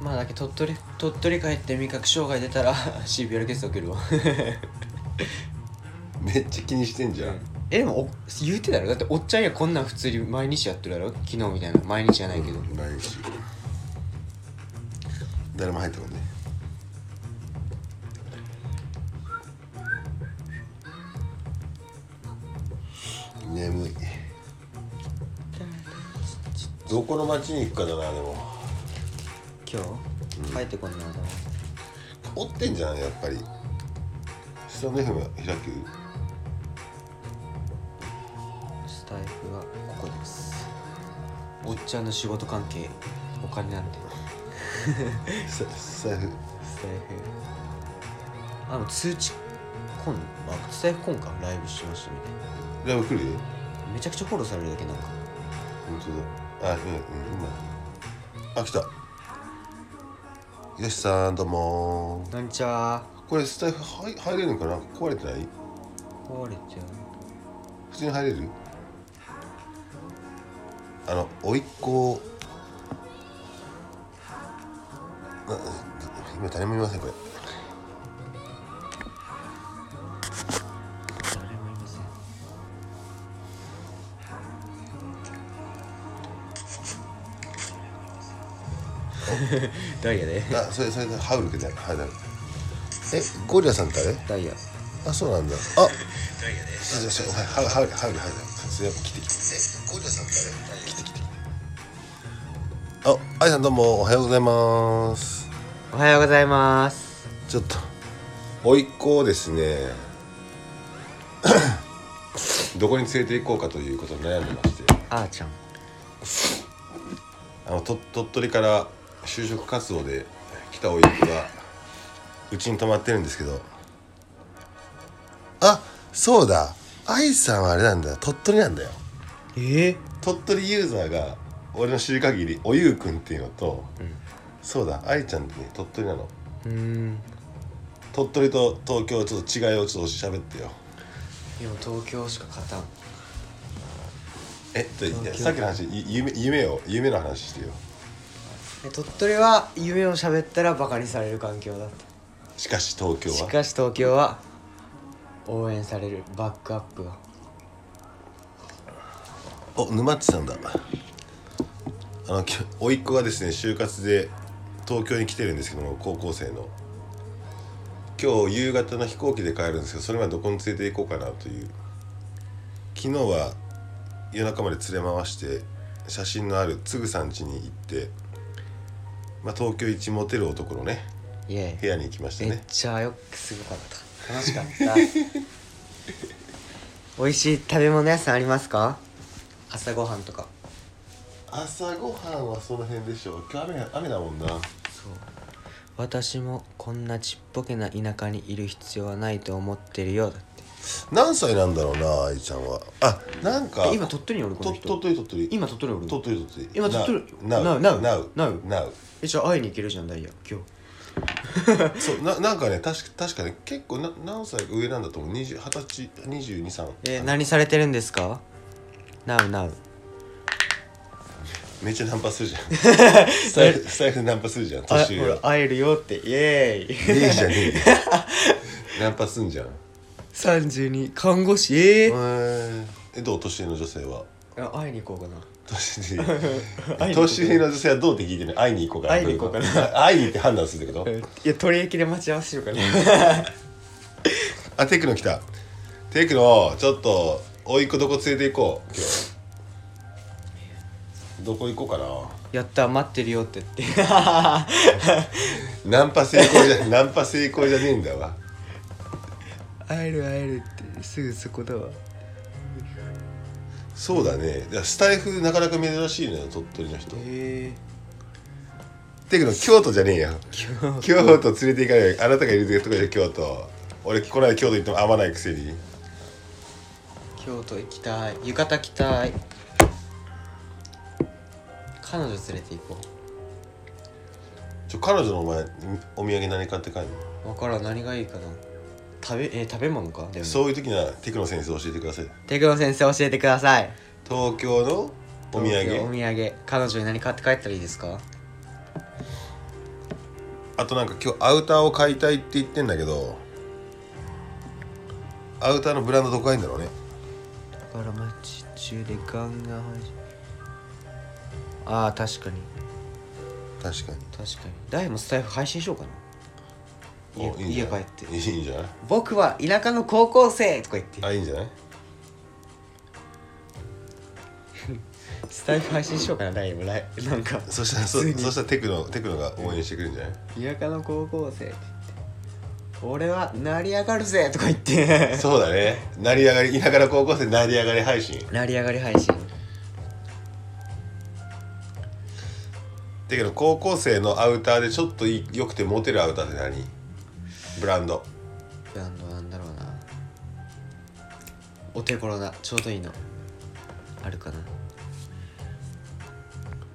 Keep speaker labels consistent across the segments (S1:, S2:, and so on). S1: まあだけど鳥取鳥取帰って味覚障害出たら CPR 検査受けるわ
S2: めっちゃ気にしてんじゃん
S1: えでもお言うてたろだっておっちゃんやこんなん普通に毎日やってるやろ昨日みたいな毎日じゃないけど、
S2: ないし誰も入ってこんね眠いどこの町に行くかだなでも
S1: 今日帰ってこんな頭
S2: おってんじゃんやっぱりスタンド F が開く
S1: スタイフはここですおっちゃんの仕事関係お金なんで
S2: ススタ
S1: スタ
S2: イフ
S1: イフあの通知コンあスタイフコンかライブしましたみたい
S2: ライブ来るよ
S1: なめちゃくちゃフォローされるだけなんか
S2: 本当だあうんうん今あ来たよしさんどうも
S1: なんちゃ
S2: これスタイフ入入れるのかな壊れてない
S1: ー壊れちゃ
S2: 普通に入れるあの甥っ子をな今誰もいませんこれ
S1: う誰もいませんダイヤで
S2: あそれそれでハウルくんだハウルえゴリラさん誰
S1: ダイヤ
S2: あそうなんだあ
S1: ダイヤで
S2: じゃあそうハウルハウルハウルハウルそれ来て来てえゴリラさん誰来て来てあアイさんどうもおはようございます
S1: おはようございます
S2: ちょっと甥っ子をですねどこに連れて行こうかということに悩んでまして
S1: あーちゃん
S2: あのと鳥取から就職活動で来た甥っ子がうちに泊まってるんですけどあそうだ愛さんはあれなんだ鳥取なんだよ
S1: ええ
S2: 鳥取ユーザーが俺の知る限りおゆうくんっていうのと、
S1: ん
S2: そうだ愛ちゃんって、ね、鳥取なの
S1: うーん
S2: 鳥取と東京ちょっと違いをちょっと喋ってよ
S1: でも東京しか勝たん
S2: えっといや
S1: 東京
S2: さっきの話ゆ夢夢を夢の話してよ
S1: え鳥取は夢を喋ったらバカにされる環境だっ
S2: しかし東
S1: た
S2: 京
S1: し
S2: は
S1: かし東京は応援されるバックアップが
S2: お沼っちさんだあのき甥っ子がですね就活で東京に来てるんですけども高校生の今日夕方の飛行機で帰るんですけどそれまでどこに連れて行こうかなという昨日は夜中まで連れ回して写真のあるつぐさん家に行って、まあ、東京一モテる男のね
S1: イエ
S2: 部屋に行きました
S1: ーイめっ
S2: ね
S1: ちゃよくすごかった楽しかった 美味しい食べ物屋さんありますか朝ごはんとか
S2: 朝ごはんはその辺でしょう今日雨雨だもんな
S1: そう私もこんなちっぽけな田舎にいる必要はないと思ってるよだって
S2: 何歳なんだろうな愛ちゃんはあなんか
S1: え今鳥取におるこの
S2: 鳥
S1: 人
S2: 取鳥取鳥取
S1: 今鳥取におる
S2: 鳥取鳥取
S1: 今鳥取
S2: なな
S1: Now
S2: な
S1: Now
S2: なう
S1: えじゃあ会いに行けるじゃんダイヤ今日
S2: そうななんかね確か確かね結構な何歳か上なんだと思う20 20歳223
S1: えー何されてるんですかなうなう
S2: めっちゃナンパする じゃんスタイフスタイフナンパするじゃん
S1: あ
S2: 年
S1: ほ
S2: 上
S1: ら
S2: ね
S1: 会えるよってイエーイ
S2: えじゃね えよナンパすんじゃん
S1: 32看護師え
S2: えどう年上の女性は
S1: ー、会いに行こうかな
S2: 年 上
S1: 会いに行こう
S2: 年上の女性はどうって聞いてね会いに行こうかな
S1: 会いに行こうか
S2: な会いに行って判断するってこと
S1: いや取り駅で待ち合わせしようかな
S2: あテクノ来たテクノちょっと甥いっ子どこ連れて行こう今日どこ行こうかな
S1: やった待ってるよ って言って
S2: ナンパ成功 じゃナンパ成功じゃねえんだわ
S1: 会える会えるってすぐそこだわ
S2: そうだねいやスタイフなかなか珍しいのよ鳥取の人
S1: え
S2: テクノ京都じゃねえよ京都連れて行かないあなたがいるとこで京都俺この間京都行っても合わないくせに
S1: ー、京都行きたい浴衣着たい彼女連れて行こ
S2: ちょ彼女のお前お土産何買って帰るの、
S1: うわからん何がいいかな食べえー食べ物かでも
S2: そういう時にはテクノ先生教えてください
S1: テクノ先生教えてください
S2: 東京のお土
S1: 東京お
S2: 産
S1: 土産彼女に何買って帰ったらいいですか
S2: あとなんか今日アウターを買いたいって言ってんだけどアウターのブランドどこがいいんだろうね
S1: だから街中でガンガン配信ああ確かに
S2: 確かに
S1: 確かに大もスタイフ配信しようかな
S2: おいいんじ
S1: 家
S2: ゃ
S1: 家帰
S2: な
S1: っ
S2: い
S1: て
S2: いいんじゃない
S1: 僕は田舎の高校生とか言って
S2: あいいんじゃない
S1: スタイフ配信しようかな大も来なんか
S2: そしたらそ
S1: 普通に
S2: そしたらテクノテクノが応援してくれるんじゃない
S1: 田舎の高校生って言って俺は成り上がるぜとか言って
S2: そうだね成り上がり田舎の高校生成り上がり配信
S1: 成り上がり配信
S2: だけど高校生のアウターでちょっといい良くてモテるアウターって何ブランド
S1: ブランドなんだろうなお手頃なちょうどいいのあるかな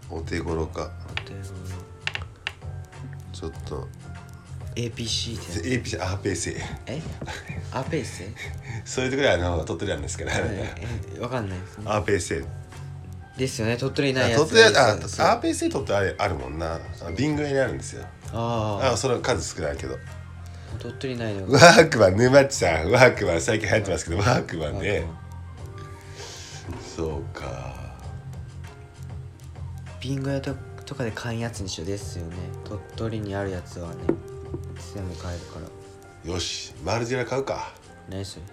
S2: お手頃か
S1: お手頃
S2: ちょっと
S1: APC ってやつ
S2: APC アーペーセ
S1: えアペース
S2: そういうところはあの鳥取なんですけど、
S1: ええわかんないですね
S2: アーペーセ
S1: ですよね鳥取にないや
S2: 鳥
S1: つ
S2: 取あア
S1: そう
S2: ーペーセ鳥取あれあるもんなあビングにあるんですよ
S1: あ
S2: あそれは数少ないけど
S1: あ鳥取にないの
S2: ワークマン沼地さんワークマン最近流行ってますけどワークマンねそうか
S1: ビンゴ屋ととかで買うやつにしようですよね鳥取にあるやつはねいつでも買えるから
S2: よしマルジェラ買うか
S1: 何それ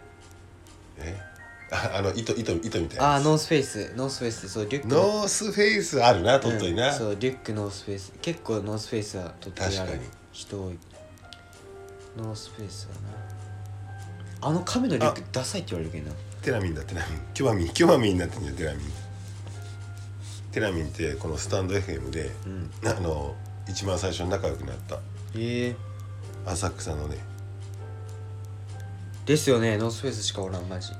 S2: えああの糸糸糸みたいな
S1: あ
S2: や
S1: あ
S2: つ
S1: ノースフェイスノースフェイスそうリュックの
S2: ノースフェイスあるな鳥取な、
S1: うんそうリュックノースフェイス結構ノースフェイスは鳥取あ
S2: 確
S1: る
S2: かに
S1: 人多いノースフェイスはなあの亀のリュックダサいって言われるけどな
S2: テラミンだテラミンキュバミンキュバミンになってんじゃんテラミンテラミンってこのスタンド FM で、
S1: うん
S2: あの一番最初に仲良くなった
S1: ええ
S2: 浅草のね
S1: ですよねノースフェイスしかおらんマジ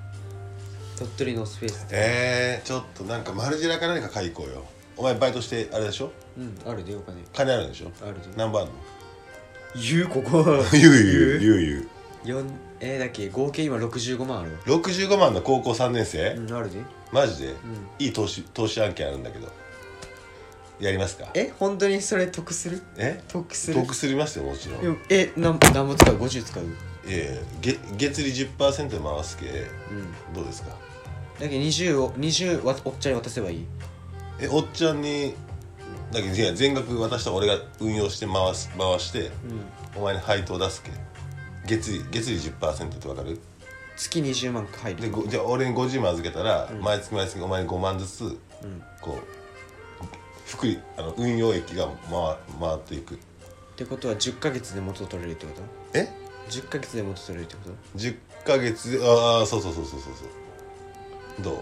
S1: 鳥取ノースフェイスって
S2: えー、ちょっとなんかマルジェラか何か買い行こうよお前バイトしてあれでしょ
S1: うんあるでお金
S2: 金あるでしょ
S1: あるで
S2: 何番の
S1: 言うこ こ
S2: ゆうゆうゆうゆ
S1: 四えー、だっけ合計今65万あるわ
S2: う65万の高校3年生、
S1: うんあるで
S2: マジで、いい投資投資案件あるんだけどやりますか
S1: え本当にそれ得する
S2: え
S1: 得する
S2: 得すりますよもちろん
S1: でもえなんなんぼ使う50使うう
S2: ええげ月利10%で回すけ
S1: ん
S2: どうですか
S1: だけど20を20わおっちゃんに渡せばいい
S2: えおっちゃんにだけどいや全額渡した俺が運用して回す回して、お前に配当出すけ月利月利10%ってわかる
S1: 月20万入
S2: で
S1: る
S2: ごじゃあ俺に50万預けたら、毎月毎月お前に5万ずつ、こう福利あの運用益が回回っていく
S1: ってことは10ヶ月で元取れるってこと
S2: え
S1: 10ヶ月で元取れるってこと
S2: 10ヶ月でああそうそうそうそうそうそうどう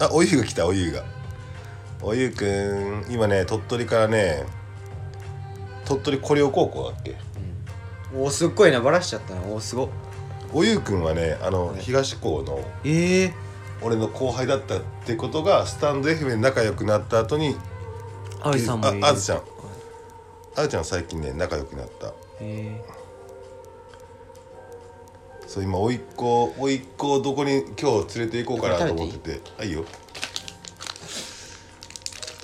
S2: あおゆうが来たおゆうがおゆうくん今ね鳥取からね鳥取コリオ高校だっけ
S1: おおすっごいなバラしちゃったなおおすご
S2: おゆうくんはねあの東高の
S1: ええ
S2: 俺の後輩だったってことがスタンド FM で仲良くなった後に
S1: ー、ありさんもいる
S2: ああずちゃんあずちゃん最近ね仲良くなった
S1: え
S2: そう今甥っ子甥っ子をどこに今日連れて行こうかなと思っててあいいよ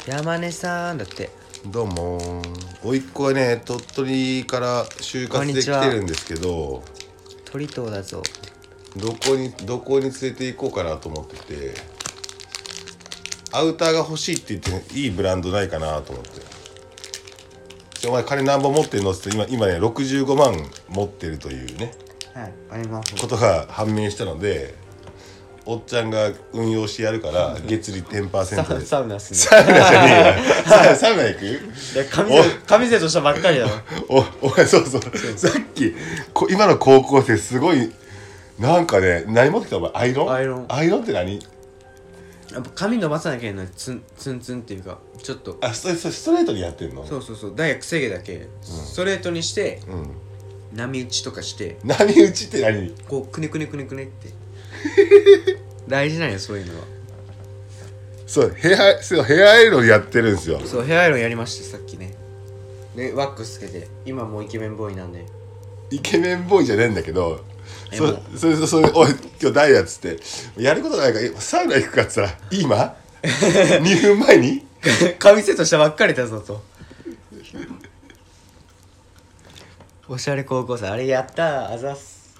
S1: ー、山根さんだって
S2: どうも甥っ子はね鳥取から就活で来てるんですけど
S1: 鳥藤だぞ
S2: どこにどこに連れて行こうかなと思っててアウターが欲しいって言っていいブランドないかなと思ってでお前金何本持ってるのって言って今今ね65万持ってるというね
S1: はいあります
S2: ことが判明したのでおっちゃんが運用してやるから月利10%で
S1: サウナっすね
S2: サウナじゃねえやササウナ行く
S1: いや神生神生としたばっかりだろ
S2: おお前そうそうさっきこ今の高校生すごいなんかね何持ってきたお前アイロン
S1: アイロン
S2: アイロンって何
S1: やっぱ髪伸ばさなきゃいけないツンツンツンっていうかちょっと
S2: あストレスストレートにやってんの
S1: そうそうそう大学制限だけ、ストレートにして、波打ちとかして
S2: 波打ちって何
S1: こうくねくねくねくねって大事なんよそういうのは
S2: そうヘアそうヘアアイロンやってるんですよ
S1: そうヘアアイロンやりましたさっきねでワックスつけて今もうイケメンボーイなんで
S2: イケメンボーイじゃねえんだけど
S1: えも
S2: そうそれそそれおい今日ダイヤっつってやることないからえサウナ行くかっつったら 今2分前に
S1: 髪セットしたばっかりだぞと おしゃれ高校生あれやったーあざっす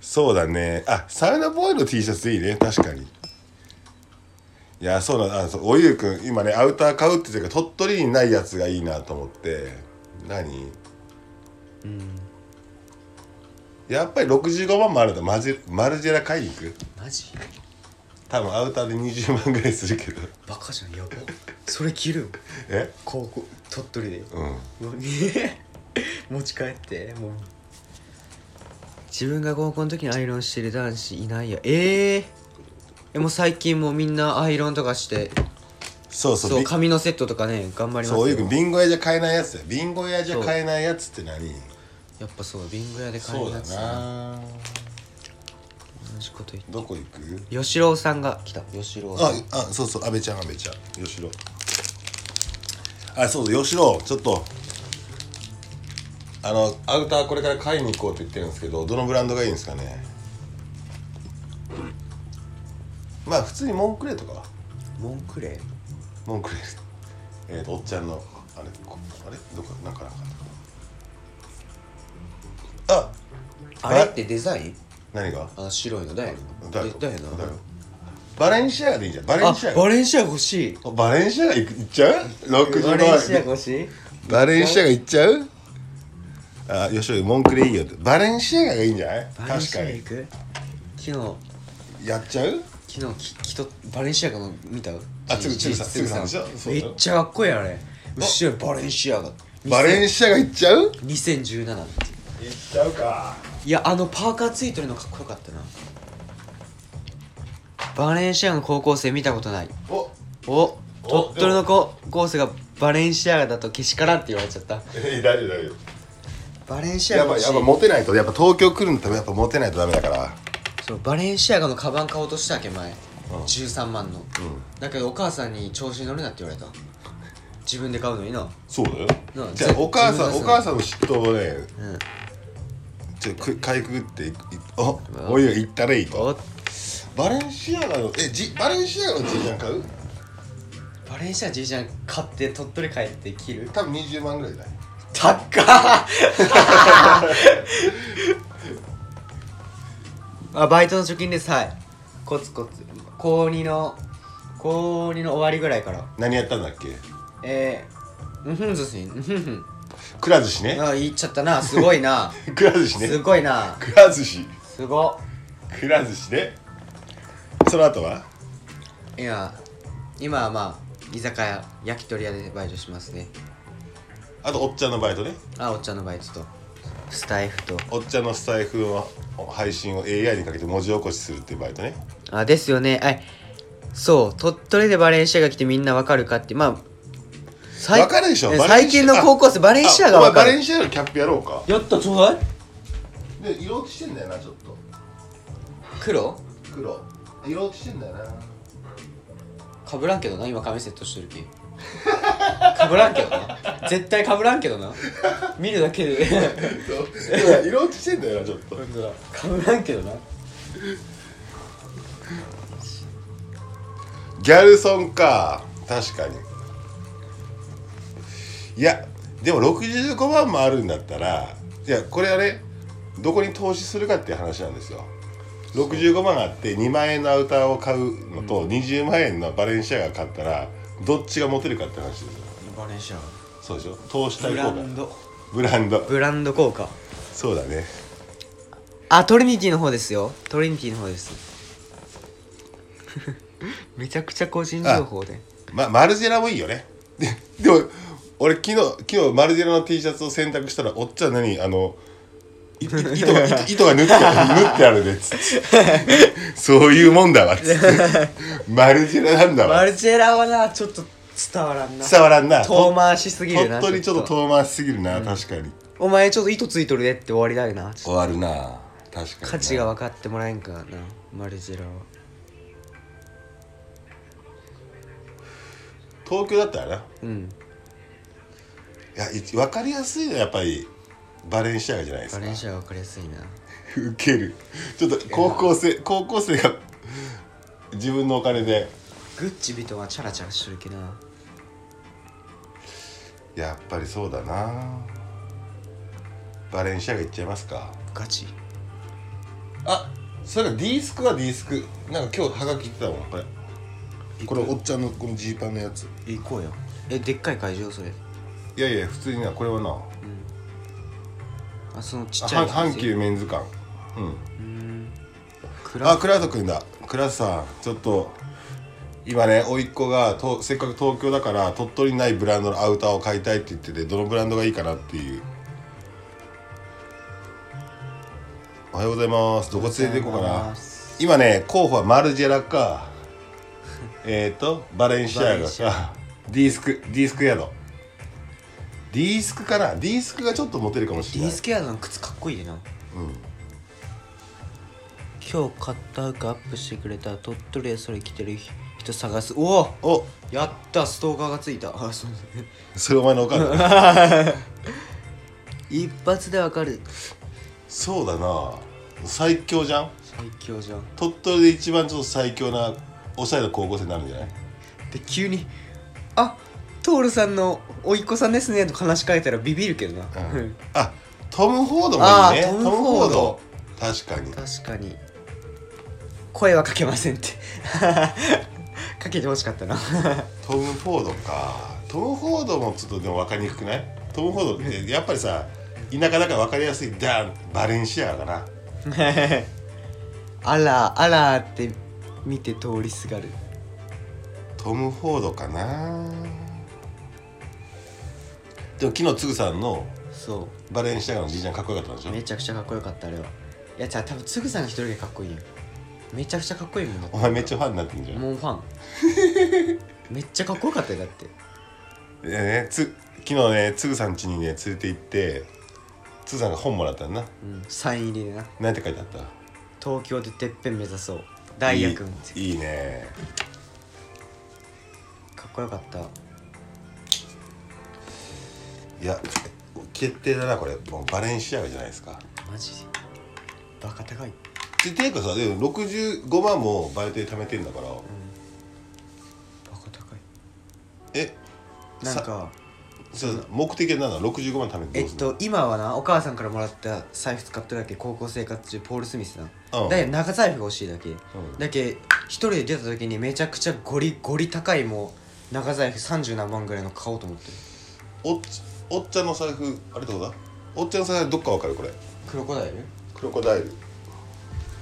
S2: そうだねあサウナボーイの T シャツいいね確かにいやそうなんあそうおゆうくん今ねアウター買うって言ってたけど鳥取にないやつがいいなと思って何
S1: うん
S2: やっぱり65万もあるとマジマルジェラ買いに行く
S1: マジ
S2: 多分アウターで20万ぐらいするけど
S1: バカじゃんやばそれ着るよ
S2: え
S1: 高校鳥取で
S2: うん
S1: も う持ち帰ってもう自分が高校の時にアイロンしてる男子いないやえー、えもう最近もうみんなアイロンとかして
S2: そうそう
S1: そう
S2: び
S1: 髪のセットとかね頑張ります
S2: そう
S1: よ
S2: おゆうくんビンゴ屋じゃ買えないやつだよビンゴ屋じゃ買えないやつって何
S1: やっぱそうビング屋で買え
S2: そ
S1: る
S2: うだ
S1: やつ
S2: な
S1: 同じこと言って
S2: どこ行く
S1: 吉郎さんが来た吉郎さ
S2: あ
S1: ん
S2: あそうそう阿部ちゃん阿部ちゃん吉郎あそうそう吉郎ちょっとあのアウターこれから買いに行こうって言ってるんですけどどのブランドがいいんですかねまあ普通にモンクレーとか
S1: モンクレ
S2: モンクレ ーえー、とおっちゃんのあれこあれどこなんかなかったあ
S1: ーあれってデザイン
S2: 何が
S1: あ白いのだよな
S2: だよ
S1: でだよな
S2: だよバレンシアガでいいじゃんバレン
S1: あ
S2: シアガ
S1: バレンシアガ欲しい
S2: バレンシアガ行く行っちゃう65
S1: バ
S2: 万
S1: レンシアガ欲しい
S2: バレンシアガ行っちゃうあよしおい文句でいいよってバレンシアガがいいんじゃない
S1: バレン
S2: 確
S1: シ
S2: か
S1: アガ
S2: に
S1: 行く昨日
S2: やっちゃう
S1: 昨日ききとバレンシアガの見た
S2: あつぐつぐさん
S1: つぐさん
S2: つぐさんでしょそう
S1: め
S2: だよ
S1: っちゃかっこいいあれ後ろバレンシアガ
S2: バレンシアガ行っちゃう
S1: 2017っていう
S2: 行っちゃうか
S1: いやあのパーカーついてるのかっこよかったなバレンシアガの高校生見たことない
S2: お
S1: お
S2: お
S1: 鳥取の高校生がバレンシアガだとけしからんって言われちゃった
S2: え大丈夫大丈
S1: バレンシ
S2: 夫
S1: アガ
S2: やっ
S1: 欲しい
S2: ぱやっぱモテないとやっぱ東京来るのためやっぱモテないとダメだから
S1: そうバレンシアガのカバン買おうとしたわけ前、
S2: うん
S1: 13万の、だけどお母さんに調子に乗るなって言われた自分で買うのにな
S2: そうだよ
S1: な
S2: じゃあ
S1: ぜ
S2: お母さん
S1: 自
S2: お
S1: 分が
S2: 母さんの嫉妬をね
S1: うん
S2: ちょっとくかいくぐっていくいおお湯行ったらいいと
S1: お
S2: バレンシアガのえじバレンシアガのじいちゃん買う
S1: バレンシアガじいちゃん買って鳥取帰って着る
S2: 多分20万ぐらいだ
S1: 高っか あバイトの貯金ですはいコツコツ高2の高2の終わりぐらいから
S2: 何やったんだっけ
S1: えー、うんふんずしんうんふんふん
S2: くら寿司ね
S1: あ言っちゃったなすごいな
S2: くら寿司ね
S1: すごいな
S2: くら寿司
S1: すご
S2: くら寿司ねその後はい
S1: や今はまあ居酒屋焼き鳥屋でバイトしますね
S2: あとおっちゃんのバイトね
S1: あおっちゃんのバイトとスタイフと
S2: おっちゃんのスタイフの配信を AI にかけて文字起こしするっていうバイトね
S1: あですよねあそう鳥取でバレンシアが来てみんなわかるかってまあ最
S2: わかるでしょ
S1: え
S2: バレ
S1: 最
S2: ンシア
S1: 近の高校生バ
S2: バ
S1: レンシアがわか
S2: バレ
S1: る
S2: ンシアのキャップやろうか
S1: やったちょうだい
S2: で色落ちしてんだよなちょっと
S1: 黒
S2: 黒色落ちしてんだよな
S1: かぶらんけどな今髪セットして るけかぶらんけどな絶対かぶらんけどな見るだけで
S2: そう色落ちしてんだよなちょっと
S1: かぶらんけどな
S2: ギャルソンか確かにいやでも65万もあるんだったらいやこれあれどこに投資するかっていう話なんですよ65万あって2万円のアウターを買うのと20万円のバレンシアガ買ったらどっちがモテるかって話ですよ
S1: バレンシア
S2: そうでしょ投資対
S1: ブ
S2: 効
S1: ラ
S2: 果
S1: ンド
S2: ブランド
S1: ブランド効果
S2: そうだね
S1: あトリニティの方ですよトリニティの方です めちゃくちゃ個人情報で
S2: ま、マルジェラもいいよね ででも俺昨日昨日マルジェラの T シャツを洗濯したらおっちゃん何あのいい糸が糸糸が縫ってある縫ってあるねっつってそういうもんだわっつってマルジェラなんだ
S1: マ
S2: わ
S1: ルジェラはなちょっと伝わらんな
S2: 伝わらんな
S1: 遠回しすぎる
S2: 本
S1: な
S2: 当にちょっと遠回しすぎるな、確かに
S1: お前ちょっと糸ついとるでって終わりだよなちょっと
S2: 終わるな確かに
S1: 価値が分かってもらえんからなマルジェラは
S2: 東京だったらな
S1: うん
S2: いやい分かりやすいのはやっぱりバレンシアガじゃないです
S1: バ
S2: か
S1: レンシアが分かりやすいな
S2: ウケるちょっと高校生高校生が自分のお金で
S1: グッチビトはチャラチャラしてるけどな
S2: やっぱりそうだなバレンシアガいっちゃいますか
S1: ガチ
S2: あそれが D スクは D スクなんか今日ハガキってたもんこれこれおっちゃんのこのジーパンのやつ
S1: 行こうよえでっかい会場それ
S2: いやいや普通になこれはな
S1: あそのち
S2: あ
S1: っちゃい
S2: は阪急メンズ館うん
S1: ク
S2: あ
S1: ラ
S2: 倉門君だ倉さんちょっと今ね甥っ子がとせっかく東京だから鳥取にないブランドのアウターを買いたいって言っててどのブランドがいいかなっていうおはようございますどこ連れて行こうか
S1: おはようござい
S2: な
S1: ます
S2: 今ね候補はマルジェ ラかえっとバレンシア
S1: バレ
S2: ガ
S1: ンシア
S2: か D スク D スクヤド D スクかな D スクがちょっとモテるかもし
S1: D
S2: れない
S1: スケアの靴かっこいいでな
S2: うん
S1: 今日買った服アップしてくれた鳥取でそれ着てる人探すおお
S2: お
S1: やったストーカーがついたあそうね
S2: それお前のおかんだ
S1: 一発でわかる
S2: そうだな最強じゃん
S1: 最強じゃん
S2: 鳥取で一番ちょっと最強なおしゃれな高校生になるんじゃない
S1: で急に「あトールさんの甥っ子さんですね」と話しかけたらビビるけどな、
S2: うんあトム・フォードもいいね
S1: あー
S2: ト
S1: ト
S2: ム・
S1: ム
S2: フ
S1: フォ
S2: ォー
S1: ード
S2: ド確かに
S1: 確かに声はかけませんって かけてほしかったな
S2: トム・フォードかトム・フォードもちょっとでも分かりにくくないトム・フォードってやっぱりさ田舎だから分かりやすいダンバレンシアガかな
S1: あらあらって見て通りすがる
S2: トム・フォードかなでも昨日つぐさんの
S1: そ
S2: バレンシアガのじいちゃんかっこよかったんでし
S1: う
S2: ょ
S1: めちゃくちゃかっこよかったあれはいやじゃあ多分つぐさんが一人でかっこいいよめちゃくちゃかっこいいもんだって
S2: お前めっちゃファンになってんじゃん
S1: もうフ ァンめっちゃかっこよかったよだって
S2: でね、つ昨日ねつぐさん家にね連れて行ってつぐさんが本もらったんだな
S1: うんサイン入りでな
S2: なんて書いてあった
S1: 東京でてっぺん目指そう大也君って
S2: いいいいね
S1: かっこよかった
S2: いや決定だなこれもうバレンシアガじゃないですか
S1: マジでバカ高い
S2: でていうかさでも65万もバイトで貯めてんだから
S1: バカ高い
S2: え
S1: なん
S2: さ
S1: か
S2: そう目的は何だ65万貯めて
S1: え
S2: どう
S1: っ
S2: するの
S1: と今はなお母さんからもらった財布使ってるだけ高校生活中ポール・スミスな、
S2: うん
S1: だけど長財布が欲しいだけ、
S2: ん
S1: だけ一人で出た時にめちゃくちゃゴリゴリ高いもう長財布30何万ぐらいの買おうと思ってる
S2: おっちおっちゃんの財布あれどうだおっちゃんの財布どっかわかるこれ
S1: クロコダイル
S2: クロコダイル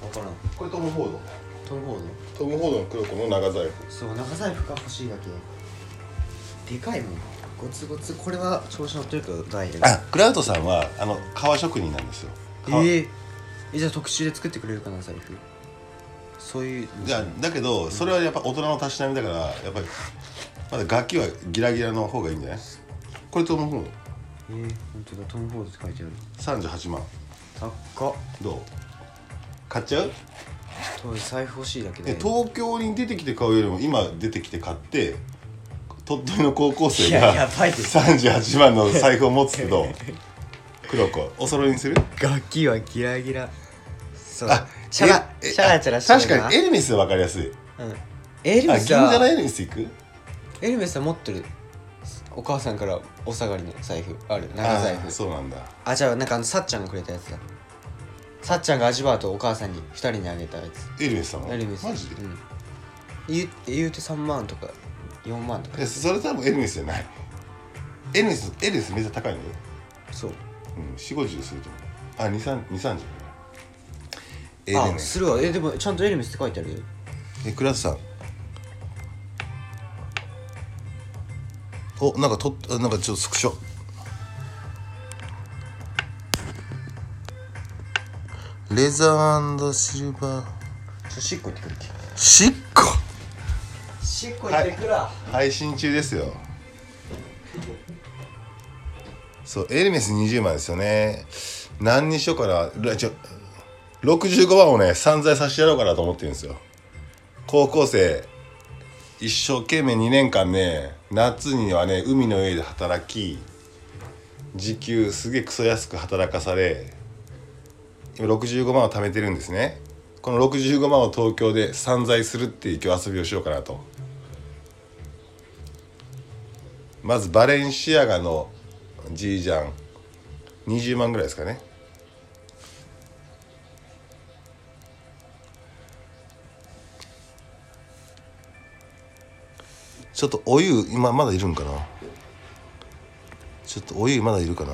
S1: 分からん
S2: これトム・フォード
S1: トム・フォード
S2: トム・フォードのクロコの長財布
S1: そう長財布が欲しいだけでかいもんゴツゴツこれは調子乗ってるけどダイエル
S2: あクラウトさんはあの革職人なんですよ
S1: え
S2: 革
S1: ーえじゃあ特集で作ってくれるかな財布そういうの
S2: じゃあだけどそれはやっぱ大人のたしなみだからやっぱりまだ楽器はギラギラの方がいいんじゃないこれともう
S1: えー、本当だトム・フォードって書いてある
S2: 38万
S1: 高っ
S2: どう買っちゃう
S1: そう財布欲しいだけ
S2: え
S1: で
S2: 東京に出てきて買うよりも今出てきて買って鳥取の高校生
S1: いやや
S2: が
S1: ばいです
S2: 38万の財布を持つけ ど黒子お揃いにする
S1: 楽器はギラギラそう
S2: あ
S1: チャラ
S2: ええ
S1: チャラチャラして
S2: 確
S1: る
S2: かにエルメスは分かりやすい
S1: に、うん、エル
S2: あ
S1: メ
S2: 銀
S1: ス
S2: 座の
S1: は
S2: エルメス行く
S1: エルメスは持ってるお母さんからお下がりの財布ある長財布
S2: あそうなんだ
S1: あじゃあなんかあのさっちゃんがくれたやつださっちゃんが味わうとお母さんに2人にあげたやつ
S2: エルメスさんも
S1: エルメス
S2: マジで
S1: うん、言う言うて3万とか4万とか
S2: えそれ多分エルメスじゃないエルメスエルメスめっちゃ高いのよ、
S1: そう
S2: うん、4 5 0すると思うあ二三二三十エル
S1: あ
S2: メス
S1: するわえでもちゃんとエルメスって書いてあるよ
S2: えクラスさんおなんかとっあなんかちょっとスクショレザーシルバー
S1: ちょしっこ行ってくる
S2: しっこ
S1: しっこ
S2: 行ってく
S1: ら、
S2: 配信中ですよそうエルメス20万ですよね何にしようかならちょ65万をね散財させてやろうかなと思ってるんですよ高校生一生懸命2年間ね夏にはね海の上で働き時給すげえクソ安く働かされ今65万を貯めてるんですねこの65万を東京で散財するっていう今日遊びをしようかなとまずバレンシアガのじいジャン20万ぐらいですかねちょっとお湯今まだいるんかなちょっとお湯まだいるかな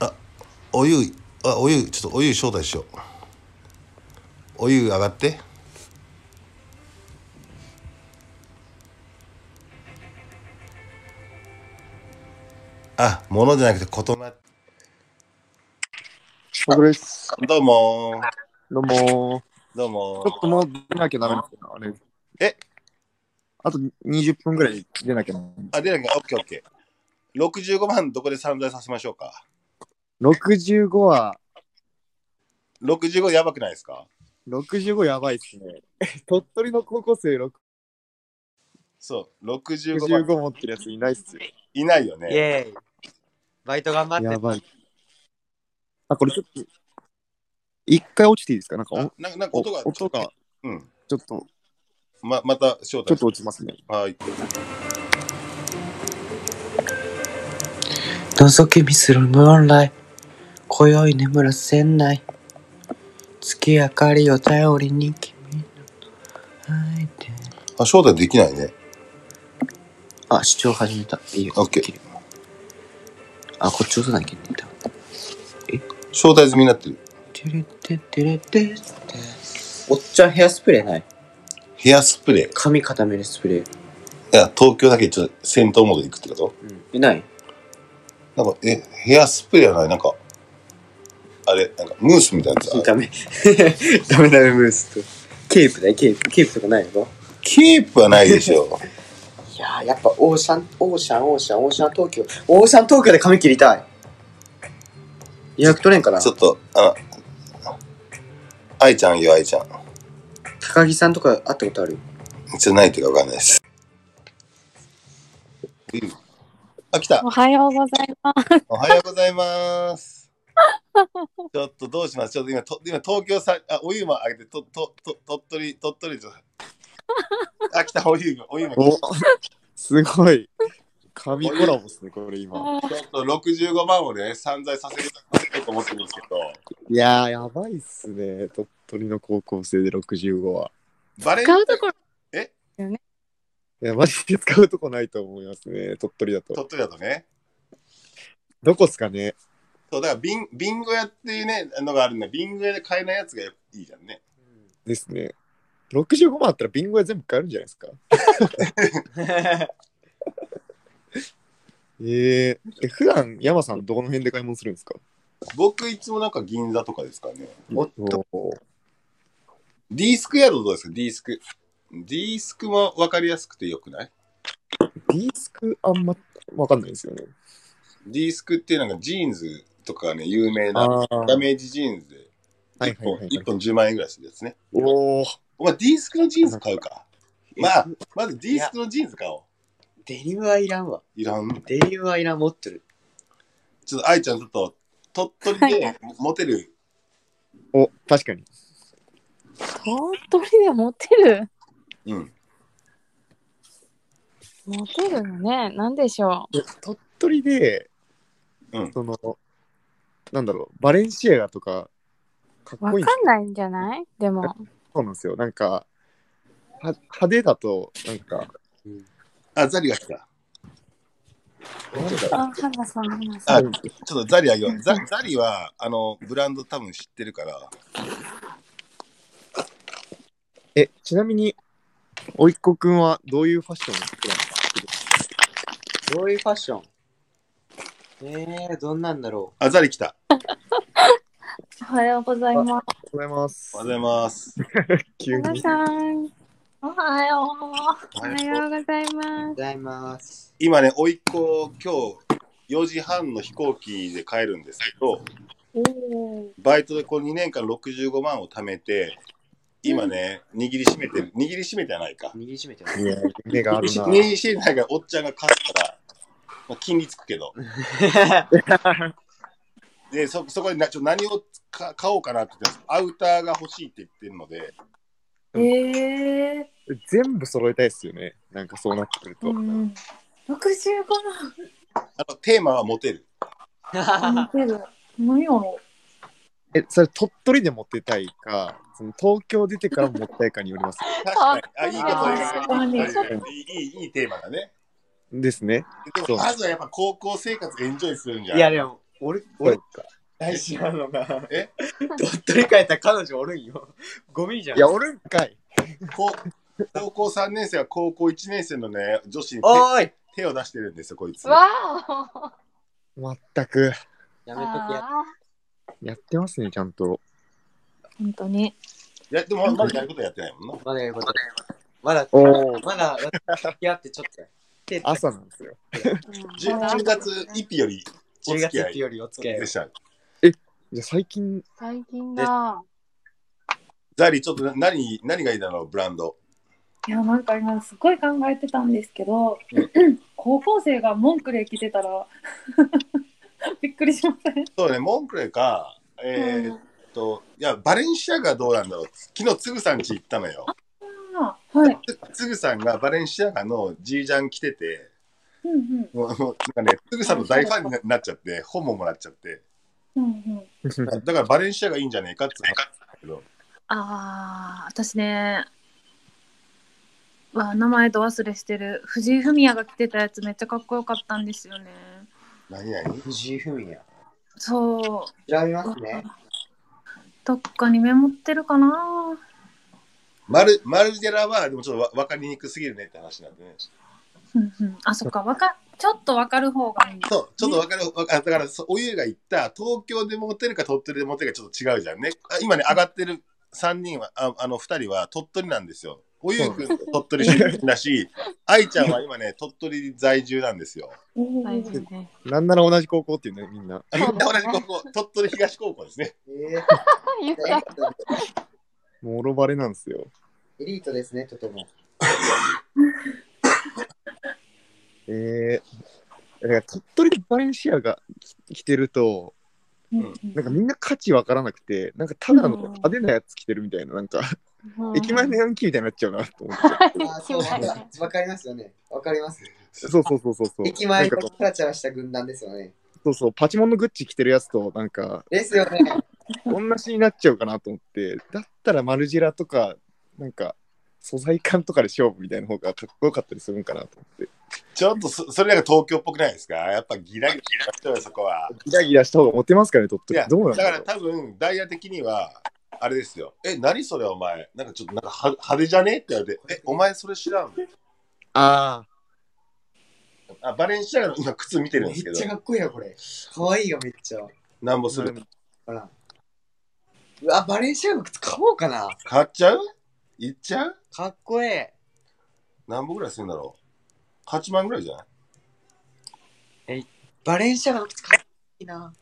S2: あお湯あお湯ちょっとお湯招待しようお湯上がってあ物じゃなくてことな
S3: お疲れです。
S2: どうもー
S3: どうもー。
S2: どうも
S3: ちょっともう出なきゃダメなんですよあれ。
S2: え
S3: あと20分ぐらい出なきゃな。
S2: あ出なきゃオッケーオッケー65万どこで散財させましょうか
S3: 65は、
S2: 65やばくないですか
S3: 65やばいっすね。 鳥取の高校生
S2: そう65万
S3: 65持ってるやついないっすよ。
S2: いないよ
S1: イ
S2: ね
S1: エーイバイト頑張って
S3: やばい。あ、これちょっと、一回落ちていいですかなんか
S2: あなんかなんか
S3: お
S2: 音が
S3: 音が
S2: うん
S3: ちょっと、
S2: ままた招
S3: ちょ
S2: 待
S3: っと落ちますね。
S2: はい
S1: 覗き見するムーンライ今宵眠らせない月明かりを頼りに君の愛で
S2: あ招待できないね
S1: あ視聴始めたいいよ
S2: オッケー
S1: 切るあこっち押さなきゃいけないんだ
S2: 招待済みになってる
S1: てれててれてっておっちゃんヘアスプレーない
S2: ヘアスプレ
S1: 髪固めるスプレー、
S2: ーいや東京だけちょっと戦闘モードでいくってこと
S1: うん、えない
S2: なんかえヘアスプレーはないなんかあれなんかムースみたいなやつあ
S1: ダメ ダメダメムースとケープだよケープケープとかないの
S2: キープはないでしょ
S1: いやーやっぱオーシャンオーシャンオーシャンオーシャン東京オーシャン東京で髪切りたい予約取れんかな
S2: ちょっとあ愛ちゃんよ愛ちゃん
S1: 高木さんとか会ったことある
S2: ちょっとないというかわかんないですうんあ来た
S4: おはようございます。
S2: おはようございます。 ちょっとどうしますちょっと今、と今東京さ、あ、お湯もあげて、と、と、と、鳥取、鳥取じ ゃ。あ、来た、お湯も、お湯も。
S3: おすごい。神コラボっすね、これ今。
S2: ちょっと六十五万をね、散財させると思ってるんですけど。
S3: いやー、やばいっすね。鳥取の高校生で65は。
S2: バレン
S4: 使うところ
S3: いや、マジで使うとこないと思いますね、鳥取だと。
S2: 鳥取だとね。
S3: どこっすかね
S2: そう、だから、ビン、ビンゴ屋っていうね、のがあるんだ。ビンゴ屋で買えないやつがいいじゃんね。
S3: ですね。65万あったらビンゴ屋全部買えるんじゃないですか えー、え普段山さんどこの辺で買い物するんですか
S2: 僕いつもなんか銀座とかですかね。
S1: おっと
S3: おー
S2: D スクやとどうですか ?D スク。D スクもわかりやすくてよくない
S3: D スクあんまわかんないですよね。
S2: D スクっていうのがジーンズとかがね、有名な
S3: ああー。
S2: ダメージジーンズで
S3: は
S2: 1
S3: いはい
S2: 本
S3: はいはい
S2: ,1 本10万円ぐらいするやつね。
S3: おお。
S2: お前 D スクのジーンズ買うか。まあ、まず
S1: い
S2: D
S1: や
S2: スクのジーンズ買おう。
S1: デニムはいらんわ
S2: いらん。
S1: デニムはいらん持ってる
S2: ちょっと愛ちゃん、ちょっと鳥取でモテる、
S3: お、確かに。
S4: 鳥取でモテる
S2: うん。
S4: モテるのね。なんでしょ
S3: え鳥取で、
S2: うん
S3: その、なんだろう、バレンシアガとか、かっ
S4: う。わ
S3: こいいんです
S4: か
S3: よ
S4: んないんじゃないでも。
S3: そうなんですよ。なんか、は派手だと、なんか、
S2: あ、ザリが来た。
S3: なんだろう
S4: あ、花さん、花さ
S2: あ、
S4: ん。
S2: ちょっとザリあげよう。ザザリは、あの、ブランド多分知ってるから、
S3: え、ちなみに、おいっ子くんはどういうファッションを作らんです
S1: どういうファッションえー、どんなんだろ
S2: あ、ザリ来た。
S4: おはようございます。
S3: かおはようございます
S2: お。はようございます。
S3: 急
S4: 花
S3: に。
S4: さん。おはよう。
S2: お
S4: お
S2: は
S4: は
S2: よ
S4: ようございうま
S1: ございます
S2: 今ね、甥っ子、今日、4時半の飛行機で帰るんですけど、
S4: す。おー
S2: バイトでこの2年間65万を貯めて、今ね、握りしめてる、握りしめてはないか。
S1: 握りしめて
S3: いや、夢があるな。
S2: 握 りしめてないから、おっちゃんが勝ったら、まあ、金利つく けど。で、そ、そこでなちょ何をか買おうかなって言ってますアウターが欲しいって言ってるので、
S4: ええ
S3: 全部揃えたいですよね。なんかそうなってくる
S4: ー。
S3: と。
S4: うん。六十
S2: あの、テーマはモテる。
S4: 万持てる。何やろ。
S3: え、それ鳥取で持ってたいか、その東京出てから持ってたいかによります。
S2: 確かに。あ、いい
S4: 確かに
S2: こと言ういいいい、いいテーマだね。
S3: ですね。
S2: でも、まずはやっぱ高校生活エンジョイするんじゃ ん。
S1: いやでも俺俺
S3: そ
S1: 大事なのが
S2: え
S1: 鳥取帰ったら彼女おるんよゴミじゃん
S3: いや、おるんかい。
S2: 高高校3年生は高校1年生のね、女子に手
S1: おーい
S2: 手を出してるんですよ、こいつ。
S4: わお。
S3: まったく。
S1: やめとけや
S4: ああ。
S3: やってますね、ちゃんと。
S4: 本当に。
S2: いや、でもまだやることやってないもんな。
S1: まだやることまだ
S3: おお。
S1: まだだって付き合ってちょっとや手
S3: 朝なんですよ。
S2: 10 10月1日よりお
S1: 10
S2: 付
S1: 月
S2: き合
S1: 1日
S2: い
S1: よりお付き合い
S2: でした。
S3: いや、最近、
S4: 最近だ。
S2: ザリー、ちょっとな何何がいいだろう、ブランド。
S4: いやなんか今すごい考えてたんですけど、高校生がモンクレー着てたら びっくりしません。
S2: そうね、モンクレか、えーっと、いや、バレンシアガどうなんだろう。昨日、つぐさん家行ったのよ。
S4: あーはい。
S2: つつぐさんがバレンシアガのジージャン着てて、
S4: うんうん
S2: もうもうなんかね、つぐさんの大ファンにななっちゃって、本ももらっちゃって。
S4: うんうん。
S2: だからバレンシアガいいんじゃねえかって話なんだけど。
S4: ああ、私ね。わ名前と忘れしてる藤井フミヤが着てたやつめっちゃかっこよかったんですよね
S2: 何々
S1: 藤井文也
S4: そう
S1: 調べますね
S4: どっかにメモってるかな
S2: マルマルジェラは、でもちょっとわ分かりにくすぎるねって話なんでね。
S4: うんうんあそっかわかちょっとわかる方がいい
S2: そう、ちょっと分かる、わかあだから、そうおゆうが言った、東京でモテるか鳥取でモテるかちょっと違うじゃんね。あ今ね、上がってる3人は、ああの2人は鳥取なんですよ。おゆうくん、鳥取出身だし、愛ちゃんは今ね、鳥取在住なんですよ。
S4: 大事ね
S3: なんなら同じ高校っていうね、みんな。
S2: あみんな同じ高校、鳥取東高校ですね。
S1: えー
S4: 言っ
S3: もろバレなんですよ。
S1: エリートですねとても
S3: えー、だから鳥取でバレンシアがき着てると、なんかみんな価値わからなくて、なんかただの
S4: うん
S3: 派手なやつ着てるみたいな、なんか、駅前のヤンキーみたいになっちゃうなと思って。
S1: あーそうなんだわかりますよねわかります
S3: そうそうそうそうそう。
S1: 駅前
S3: な
S1: の
S3: ん
S1: チ
S3: か
S1: ャラチャラした軍団ですよね
S3: そうそう、パチモンのグッチ着てるやつと、なんか、
S1: ですよね
S3: 同じになっちゃうかなと思って、だったらマルジェラとか、なんか、素材感とかで勝負みたいな方がかっこよかったりするんかなと思って。
S2: ちょっとそ、それなんか東京っぽくないですかやっぱギラギラしちゃうよ、そこは。
S3: ギラギラした方がモテますかね、鳥
S2: い
S3: 取
S2: や、。
S3: どうなん
S2: だ
S3: だ
S2: か
S3: ろ
S2: ら
S3: う。
S2: 多分、ダイヤ的には、あれですよ。え、何それお前。なんかちょっとなんかは派手じゃねって言われて、え、お前それ知らん
S3: あ
S2: あバレンシアガの今靴見てるん
S1: め
S2: ですけ
S1: っ
S2: ど
S1: ちゃ、かっこいいなこれかわいいよめっちゃ
S2: なんぼ
S3: あ、
S2: する。
S1: ほらうわバレンシアガの靴買おうかな
S2: 買っちゃういっちゃう
S1: かっこいい
S2: 何本ぐらいするんだろう ?8 万ぐらいじゃない
S1: バレンシアガの靴かっこいいな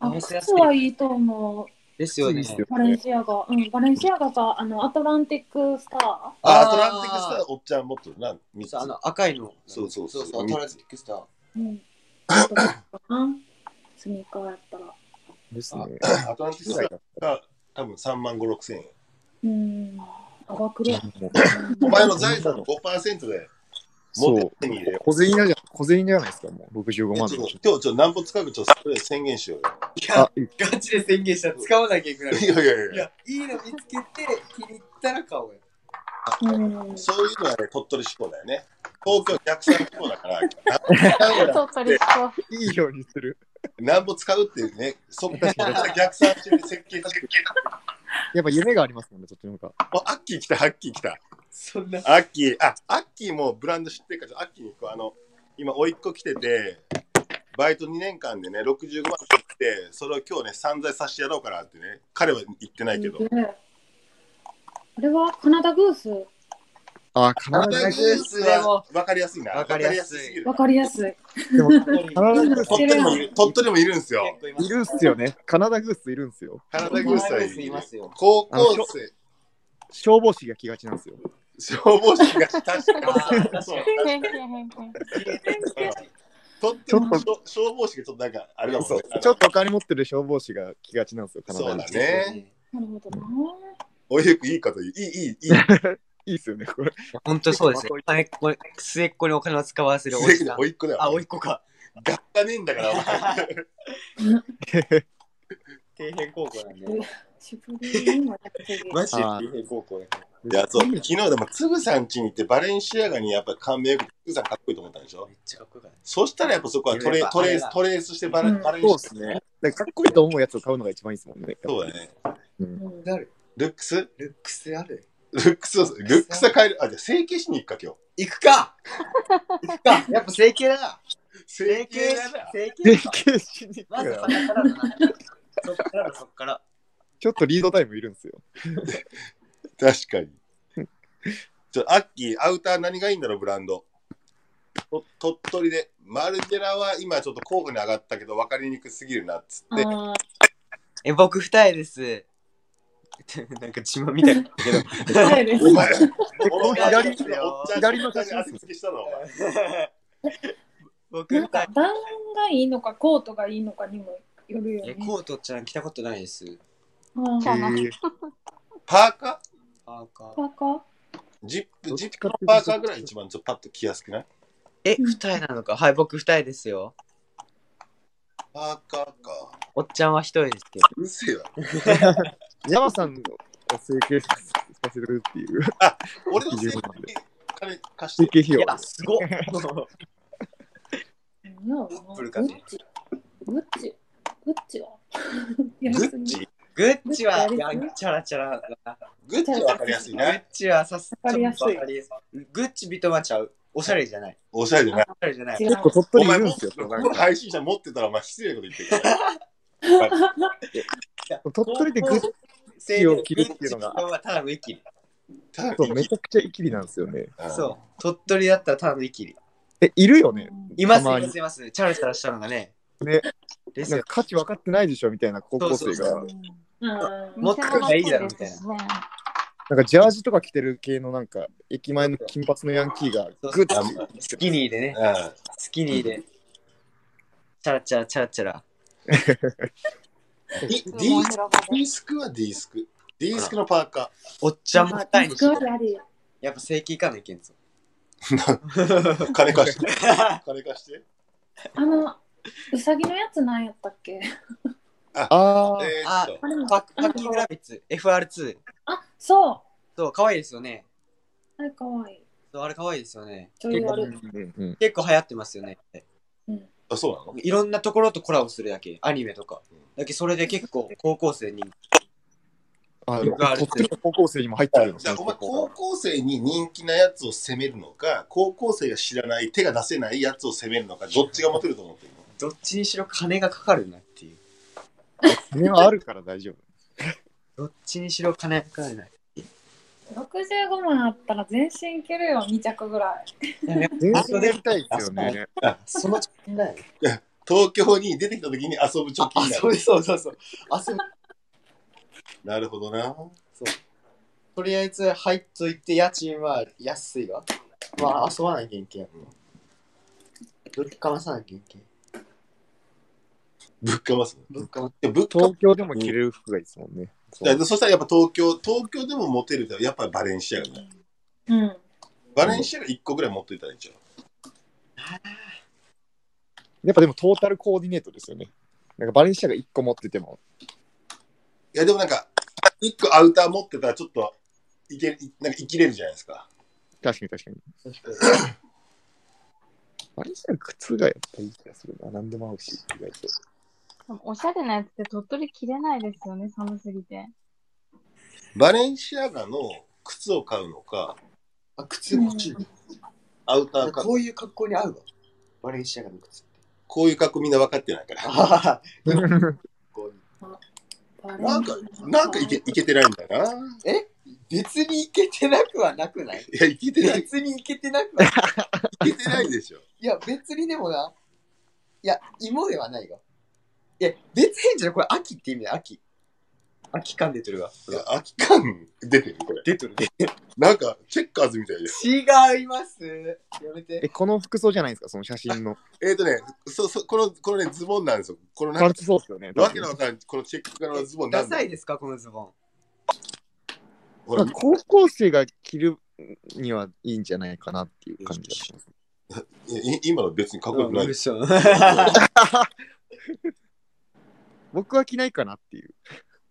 S4: あ靴はいいと思う
S1: ですよね
S3: いいっすよ
S4: バレンシアがうんバレンシアがかあのアトランティックスター
S2: あ
S1: あー
S2: アトランティックスターおっちゃん持ってるな、3つ。
S1: そうあの赤いの
S2: そうそうそ
S1: そううそうアトランティックスター
S4: うんあとどうかなスニーカーやったら
S3: です ね。
S2: アトランティックス
S3: ぐらい
S2: タ
S3: だ
S2: ーが多分3万5、6千円。
S4: うんあがくる
S3: もう
S2: お前の財産の5%で持って手に入れよ
S3: 小銭じゃ小銭じゃないですか、もう65
S2: う。え
S3: 万
S2: ち
S3: で
S2: ょっと今日ちょっと何本使うかちょっとそれ宣言しようよ。
S1: い
S3: あ
S1: や、ガチで宣言したら使わなきゃいけ ない
S2: いやいやい
S1: い
S2: や
S1: や、いいの見つけて、気に入ったら買おうよ。
S4: うん
S2: そういうのはね、鳥取志向だよね。東京逆算志向だから、
S4: そうそれそう
S3: いいようにする。
S2: 何本使うっていうね、そこから逆算して設計してる。
S3: やっぱ夢がありますもんね、そっちの方が。
S2: おアッキー来た、アッキー来た。
S1: そんな。
S2: アッキー、あ、アッキーもブランド知ってるからちょっと、アッキーにこう、あの、今、甥いっ子来てて、バイト2年間でね、65万取って、それを今日ね、散財させてやろうかなってね、彼は言ってないけど、
S4: すげえあれはカナダグース
S3: ああ、カナ
S2: カナ
S3: ダ
S2: ダ
S3: グー
S2: グースは分かりやすいな。
S1: わかりやすい
S2: わぎる
S4: わかりやすい
S3: ス。でも、カナダグース
S2: 鳥
S4: 知っ
S2: 取
S4: てる
S2: もいる、鳥取もいるんですよ。
S3: いるんすよね。カナダグースいるんすよ。
S2: カナ
S1: カナ
S2: ダ
S1: ダ
S2: グ
S1: グ
S2: ー
S1: ー
S2: ス
S1: ス
S2: はい
S1: い
S2: る
S1: ますよ。
S2: 高校生、
S3: 消防士が来がちなんですよ。
S2: 消防士が確かにそうとっても
S3: ちょっ
S2: 消消防士がちょっとなんかあれだもんね
S3: ちょっとお金持ってる消防士が来がちなんですよ、必ず
S2: そうだね
S4: なるほどな。
S2: おゆくいいこと言ういいいいいい
S3: いいっすよね、これ。
S1: 本当そうですね。末っ子末っ子にお金を使わせるおじさん
S2: お。いっ子だよ
S1: あ、おいっ子か。
S2: ガッタねえんだからお前
S1: 底辺高校なんで。
S4: シュプリームはやってる
S1: マジで
S3: あー
S1: 底辺高校だから。
S2: いやそう昨日でもつぐさん家に行ってバレンシアガにやっぱ感銘を受けてつぐさんかっこいいと思ったんでしょ
S1: めっちゃかっこよかった。
S2: そしたらやっぱそこはトレ
S1: やっぱ
S2: トレー
S1: あれだ
S2: ストレースしてバレ,、
S4: うん
S2: バレンシ
S3: そ
S2: ア
S3: うですね。だからかっこいいと思うやつを買うのが一番いいですもんね。
S2: ガそうだね
S4: うん
S1: なる。
S2: ルックス
S1: ルックスある。
S2: ルックスをルックスは変えるあじゃあ整形しに行くか今
S1: 行くか行くかやっぱ整形だな。
S2: 日
S1: 整形整形
S3: 整
S1: か。
S3: 形しに行
S1: ま
S3: く
S1: ず
S3: から
S1: そこからだな。そっからだそっから。
S3: ちょっとリードタイムいるんですよ。
S2: 確 かに。ちょアッキー、アウター何がいいんだろう、ブランド。と鳥取で。マルジェラは今ちょっと候補に上がったけど分かりにくすぎるなっつって。
S4: あ
S1: え、僕二重です。なんか血まみたいだけど。
S4: ーそうです
S2: お 前、
S1: こ
S2: お
S1: う
S2: 前
S1: 左
S2: おっちゃん
S3: 左の写真
S2: おっちゃんに厚着したのお前
S1: 僕
S4: なん
S1: 二
S4: か
S1: 重。
S4: ダウンがいいのかコートがいいのかにもよるよ
S1: え、
S4: ね。
S1: コートちゃん着たことないです。
S4: うん
S5: じゃあな
S3: へえ
S2: パーカ
S1: パーカー
S4: パーカー
S2: ージップ、ジップのパーカーぐらい一番ちょっとパッと着やすくない
S1: え、二重なのか。はい、僕二重ですよ。
S2: パーカーか。
S1: おっちゃんは一重ですけど。
S2: うるせえわ。
S3: 山さんの整形させるっていう。
S2: 俺のせいで金貸
S3: 整
S2: して。
S3: 形
S1: い
S3: 費用。
S1: や、すごっ。
S4: なんだろうな
S1: プルかね
S4: グッチ。グッチ。グッチは
S2: グッチ
S1: グッチは、いや、チャラチャラだな。
S2: グッチは分かりやすい
S1: グ
S2: な
S1: ッ。チはさす
S4: わかりやすい
S1: ちょっとわかりやすいグッチビトマちゃう。おしゃれじゃない。
S2: おしゃれじゃない。
S1: おしゃれじゃない。
S4: 違
S3: 結構鳥
S2: お
S3: 取い
S2: 前
S3: るん
S2: も
S3: で
S2: っ
S3: すよ。
S2: と、
S3: なん
S2: この
S3: か
S2: 配信者持ってたらお前失礼なこと言ってるから。
S3: 鳥取でグッズチを着るっていうのが
S1: グッチビトマはただのイキリ。
S2: ただ
S3: そうめちゃくちゃイキリなんですよね。
S2: うん
S1: そう。鳥取だったらただのイキリ。
S3: え、いるよね。
S1: います、い
S3: たまに
S1: ます、います。チャラチャラしたのがね。
S3: ね。
S1: です
S3: なん
S1: よ
S3: か。価値分かってないでしょみたいな高校生
S1: そうそう
S3: が。
S1: もっと
S5: 偽物っぽ
S1: いいだろみたいな
S5: ですね
S3: なんかジャージとか着てる系のなんか、駅前の金髪のヤンキーがグッ
S2: そう
S3: と
S1: スキニーでね。
S2: うん
S1: スキニーで。チャラチャラチャラチャラ。
S2: D
S5: 偽物
S2: D
S5: のロゴで
S2: D スクは D スク。D スクのパーカ
S1: おっちゃんも二重にし
S4: グ
S1: て
S4: ッチあり。
S1: やっぱ正規いかないけんぞ。
S2: ー。金貸して。 金貸して。
S4: あの、うさぎのやつなんやったっけ
S3: あー、
S2: えー
S1: あ
S2: っと、
S4: あれも
S1: パッパッキングラビッツ、FR2。
S4: あ、そ
S1: そう、可愛いですよね。
S4: う。あれかわいい。
S1: そうあれ可愛いですよね。
S4: ちょい悪い。
S3: うんうん、
S1: 結構流行ってますよね。
S2: あ、そうなの
S1: いろんなところとコラボするだけ、アニメとか。だけそれで結構高校生に。
S3: あでも鳥取の高校生にも入ってるの
S2: じゃあ、お前、高校生に人気なやつを攻めるのか、高校生が知らない、手が出せないやつを攻めるのか、どっちがモテると思ってるの
S1: どっちにしろ金がかかるなっていう。
S3: 目はあるから大丈夫。
S1: どっちにしろ金かかるな。い
S4: 65万あったら全身いけるよ、2着ぐらい。
S1: ややっ
S3: 全身でやりたいですよね。
S1: ぱその貯金だよね。
S2: 東京に出てきた時に遊ぶ貯
S1: あ、
S2: 金だ
S1: そうそうそうそう。あ、そう。
S2: なるほどな。
S1: とりあえず入っといて、家賃は安いわ。まあ、遊ばなきゃいけんやもん。ぶっかまさなきゃいけん。
S2: ぶっかます
S1: ぶっかま。
S2: の。ぶっか
S3: 東京でも着れる服がいいですもんね。
S2: だからそしたらやっぱ東京、東京でもモテるってやっぱりバレンシアガだ。
S4: うん。
S2: バレンシアガ1個ぐらい持っといたらいいんちゃう
S3: やっぱでもトータルコーディネートですよね。なんかバレンシアが1個持ってても。
S2: いや、でもなんか、一個アウター持ってたら、ちょっと、いけ、なんか生きれるじゃないですか。
S3: 確かに確かに。バレンシアが靴がやっぱいい気がするな。何でも合うし、意外と。
S5: おしゃれなやつって鳥取着れないですよね、寒すぎて。
S2: バレンシアガの靴を買うのか、
S1: あ、靴も欲しい。
S2: アウターか、
S1: こういう格好に合うわ。バレンシアガの靴って。
S2: こういう格好みんな分かってないから。
S1: あ あ。
S4: バレン
S2: なんか、なんかいけいけてないんだな。
S1: 別にいけてなくはなくない
S2: いや、いけてない、
S1: 別にいけてなくはない。
S2: いけてないでしょ。
S1: いや、別にでもな。いや、芋ではないよ。いや、別にじゃないこれ、秋って意味だ、秋。秋感出てるわ。
S2: いや空き缶出てるこれ
S1: 出てるね。
S2: なんかチェッカーズみたいです
S1: 違います。やめて。
S3: え、この服装じゃないですか、その写真 の。
S2: えっ、ー、とねそうそうこのこのねズボンなんですよこのなん
S3: パ
S2: か
S3: ルツそうですよね。
S2: わけのわからんこのチェック柄のズボンな
S1: ダ
S2: んだ
S1: サいですか、このズボン。
S2: ほ
S3: な
S2: ら
S3: んか高校生が着るにはいいんじゃないかなっていう感じがします。
S2: いやい今の別にかっこよくな
S1: う
S2: い
S1: んうるさい
S3: 僕は着ないかなっていう。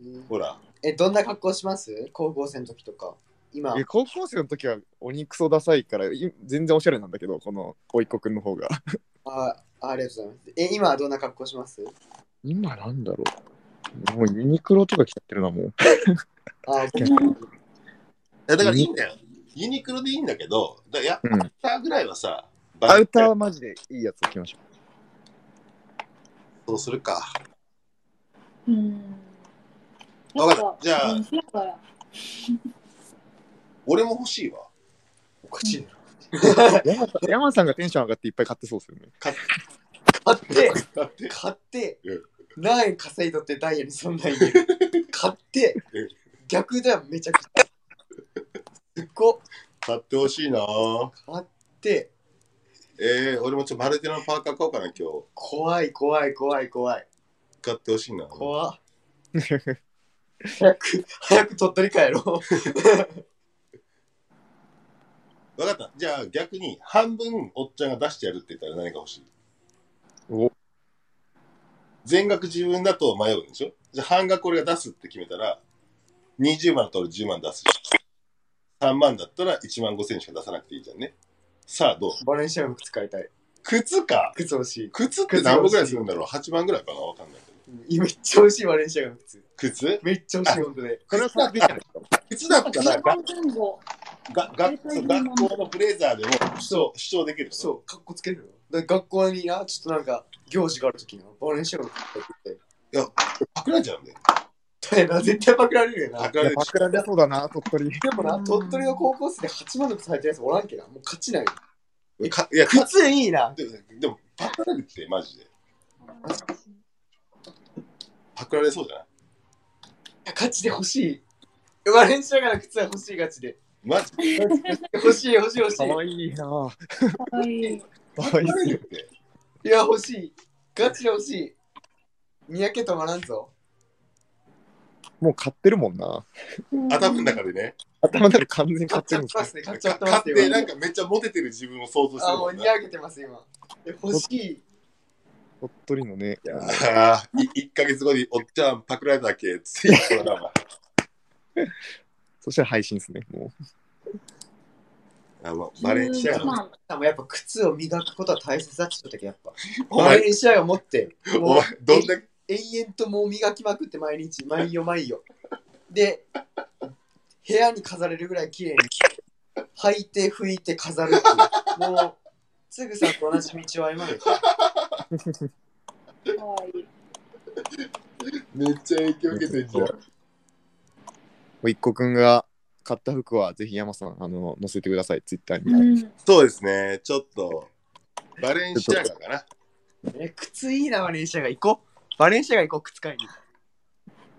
S1: うん
S2: ほら
S1: え、どんな格好します高校生の時とか。今
S3: いや、高校生の時は鬼クソダサいから、い全然おしゃれなんだけど、このおいっ子くんの方が。
S1: あ、ありがとうございます。え、今はどんな格好します
S3: 今なんだろう。もうユニクロとか着ちゃってるな、もう。
S1: あ、
S2: いやだからいいんだよユニクロでいいんだけどだやっ
S3: うん
S2: たぐらいはさ
S3: アウター
S2: ー
S3: はマジでいいやつを着ましょ
S2: そうするか
S4: うん。
S2: わかったじゃあ
S4: うんそうだ
S2: 俺も欲しいわ
S1: おかしいな。
S3: う。山さん山さんがテンション上がっていっぱい買ってそうですよね。
S1: 買って、
S2: だって
S1: 買って
S2: うん、
S1: 何円稼いとってダイヤにそんな に入れる。買って
S2: うん、
S1: 逆だよ、めちゃくちゃ。すっご
S2: 買ってほしいなぁ
S1: 買って、
S2: えー、俺もちょっとマルテのパーカー買おうかな今日
S1: 怖い、怖い、怖い、怖い。
S2: 買ってほしいなぁ
S1: 怖っ早く、早く鳥取帰ろう。
S2: 分かったじゃあ逆に半分おっちゃんが出してやるって言ったら何が欲しい
S3: お
S2: 全額自分だと迷うんでしょじゃあ半額俺が出すって決めたら20万だったら俺10万出すし3万だったら1万5千しか出さなくていいじゃんねさあどう
S1: バレンシアの靴買いたい。
S2: 靴か
S1: 靴欲しい。
S2: 靴って何本ぐらいするんだろう ?8 万ぐらいかなわかんないけど。
S1: うんめっちゃ美味しいバレンシアの靴。
S2: 靴
S1: めっちゃ美味しい、ほんとで。
S3: これはサービスじゃないですか。
S2: 靴だったら
S4: 10
S2: が
S4: 万前後
S2: ががそう学校のブレザーでも主張主張できる。
S1: そう、かっこつけるよ。だから学校にな、ちょっとなんか、行事があるときにな、バレンシアの靴買ってって。
S2: パクられちゃうんだよ。
S1: だよな、絶対パクられるよ
S2: パ
S1: な。
S2: クられ
S3: いや
S2: る
S3: パクられそうだな、鳥取。
S1: でもな、鳥取の高校生で8万の靴履いてるやつおらんけな、もう勝ちない。
S2: しかいや、か
S1: 靴いいな。
S2: でもでもパクられるってマジで。パクられそうじゃない
S1: 勝ちで欲しい。バレンシアの靴は欲しい、ガチで。
S2: マジで
S1: 欲しい、欲しい、欲し
S3: か
S1: い。
S3: わいいなぁ。
S4: 可愛い
S3: かわ
S2: パ
S3: い
S2: クられ
S3: い
S2: るって。
S1: いや、欲しい。ガチで欲しい。見分け止まらんぞ。
S3: もう買ってるもんな。
S2: 頭の中でね。
S3: 頭の中完全に
S1: 買
S3: 買
S1: っ
S3: っ
S1: ち
S3: て
S1: ゃ
S3: る
S1: っ
S3: ん
S1: てま
S3: ですよ
S1: すね。買
S2: 買
S1: っちゃってま
S2: っ
S1: す
S2: て
S1: よ。
S2: なんかめっちゃモテてる自分を想像して
S1: あ、
S2: る
S1: も
S2: も
S1: うん見
S2: な。
S1: 上げてます、今。え欲しい。
S3: 鳥取のね。
S2: ああ、1ヶ月後におっちゃんパクられたっけついてそうだわ。
S3: そしたら配信ですね。も
S2: あまあバレンシア
S6: 11
S2: の
S6: 万
S1: でもやっぱ靴を磨くことは大切だって言ったけやっぱ。
S2: お
S1: バ
S2: 前
S1: レンシアが持って、
S2: お
S1: もう
S2: 前、どんだけ、
S1: 永遠ともう磨きまくって毎日、毎夜毎夜。で、部屋に飾れるぐらい綺麗に、履いて、拭いて、飾るっていう。もう、すぐさんと同じ道を歩まない。
S4: 可愛い
S2: めっちゃ影響受けてんじゃん。
S3: う一個くんが買った服はぜひ山さん、あの、載せてください、ツイッターに。
S4: うん
S2: そうですね、ちょっと、バレンシアガかな。
S1: え、靴いいな、バレンシアが行こう。バレンシアが行こう、靴買いに。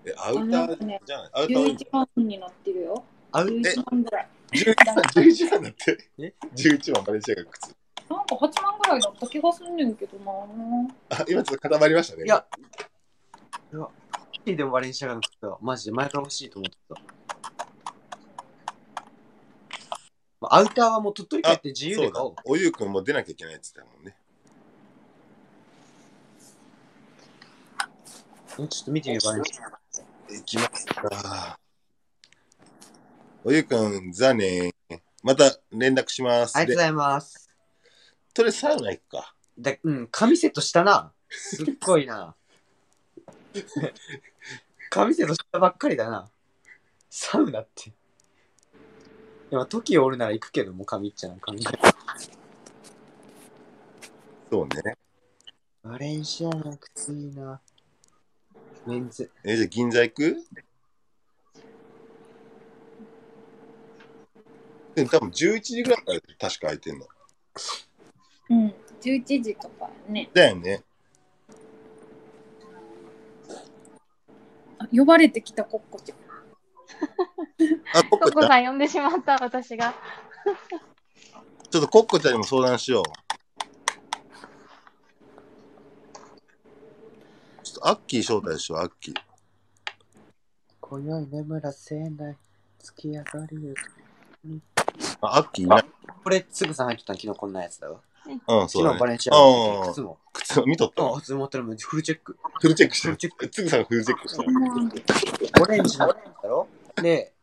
S2: え、アウターじゃない、アウター
S4: 11万になってるよ
S1: あう
S4: 11万ぐらい
S2: 11万、11万だ って。
S1: え
S2: 11万バレンシアガ靴。
S4: なんか8万ぐらいだった気がすんねんけどな
S2: あ、今ちょっと固まりましたね。
S1: いやでもバレンシアガの靴は、マジで前から欲しいと思ってた。まあアウターはもう鳥取帰って自由
S2: そ
S1: で
S2: うだ
S1: 買おう。、
S2: おゆうくんも出なきゃいけないって言ってたもんね。
S1: うんちょっと見てみよう、バレンシアガ。
S2: 行きますか。おゆうくん、ザねまた連絡します。
S1: ありがとうご
S2: で、
S1: ざいます。
S2: とりあえずサウナ行くか。
S1: だうん、紙セットしたな。すっごいな。 紙セットしたばっかりだな。サウナって。でも、時おるなら行くけど、もう紙っちゃな紙。
S2: そうね。
S1: バレンシアの靴いいな。メンズ。
S2: え、じゃあ銀座行くでも多分11時ぐらいから確か空いてんの。
S4: うん11時とかね
S2: だよね。
S4: 呼ばれてきたコッコちゃん。
S3: あ、コッ
S5: コ
S3: コ
S5: コ
S3: ちゃん。
S5: さん呼んでしまった、私が。
S3: ちょっとコッコちゃんにも相談しよう。ちょっとアッキー招待しよう、アッキー。
S1: 今宵眠らせない月明かり
S3: あ、アッキーいない。
S1: これつぐさん入っとったん昨日こんなやつだわ
S2: うん、
S1: 昨
S2: そうだ
S1: 日
S2: ね
S1: バレンシアガの
S2: うん
S1: 靴も
S2: 靴を見とった
S1: あ
S2: わ
S1: あつ持ってるもんフルチェック
S2: フルチェックして
S1: フル
S2: る
S1: チェック
S2: つぐさんフルチェックしてる
S1: オレンジのだろで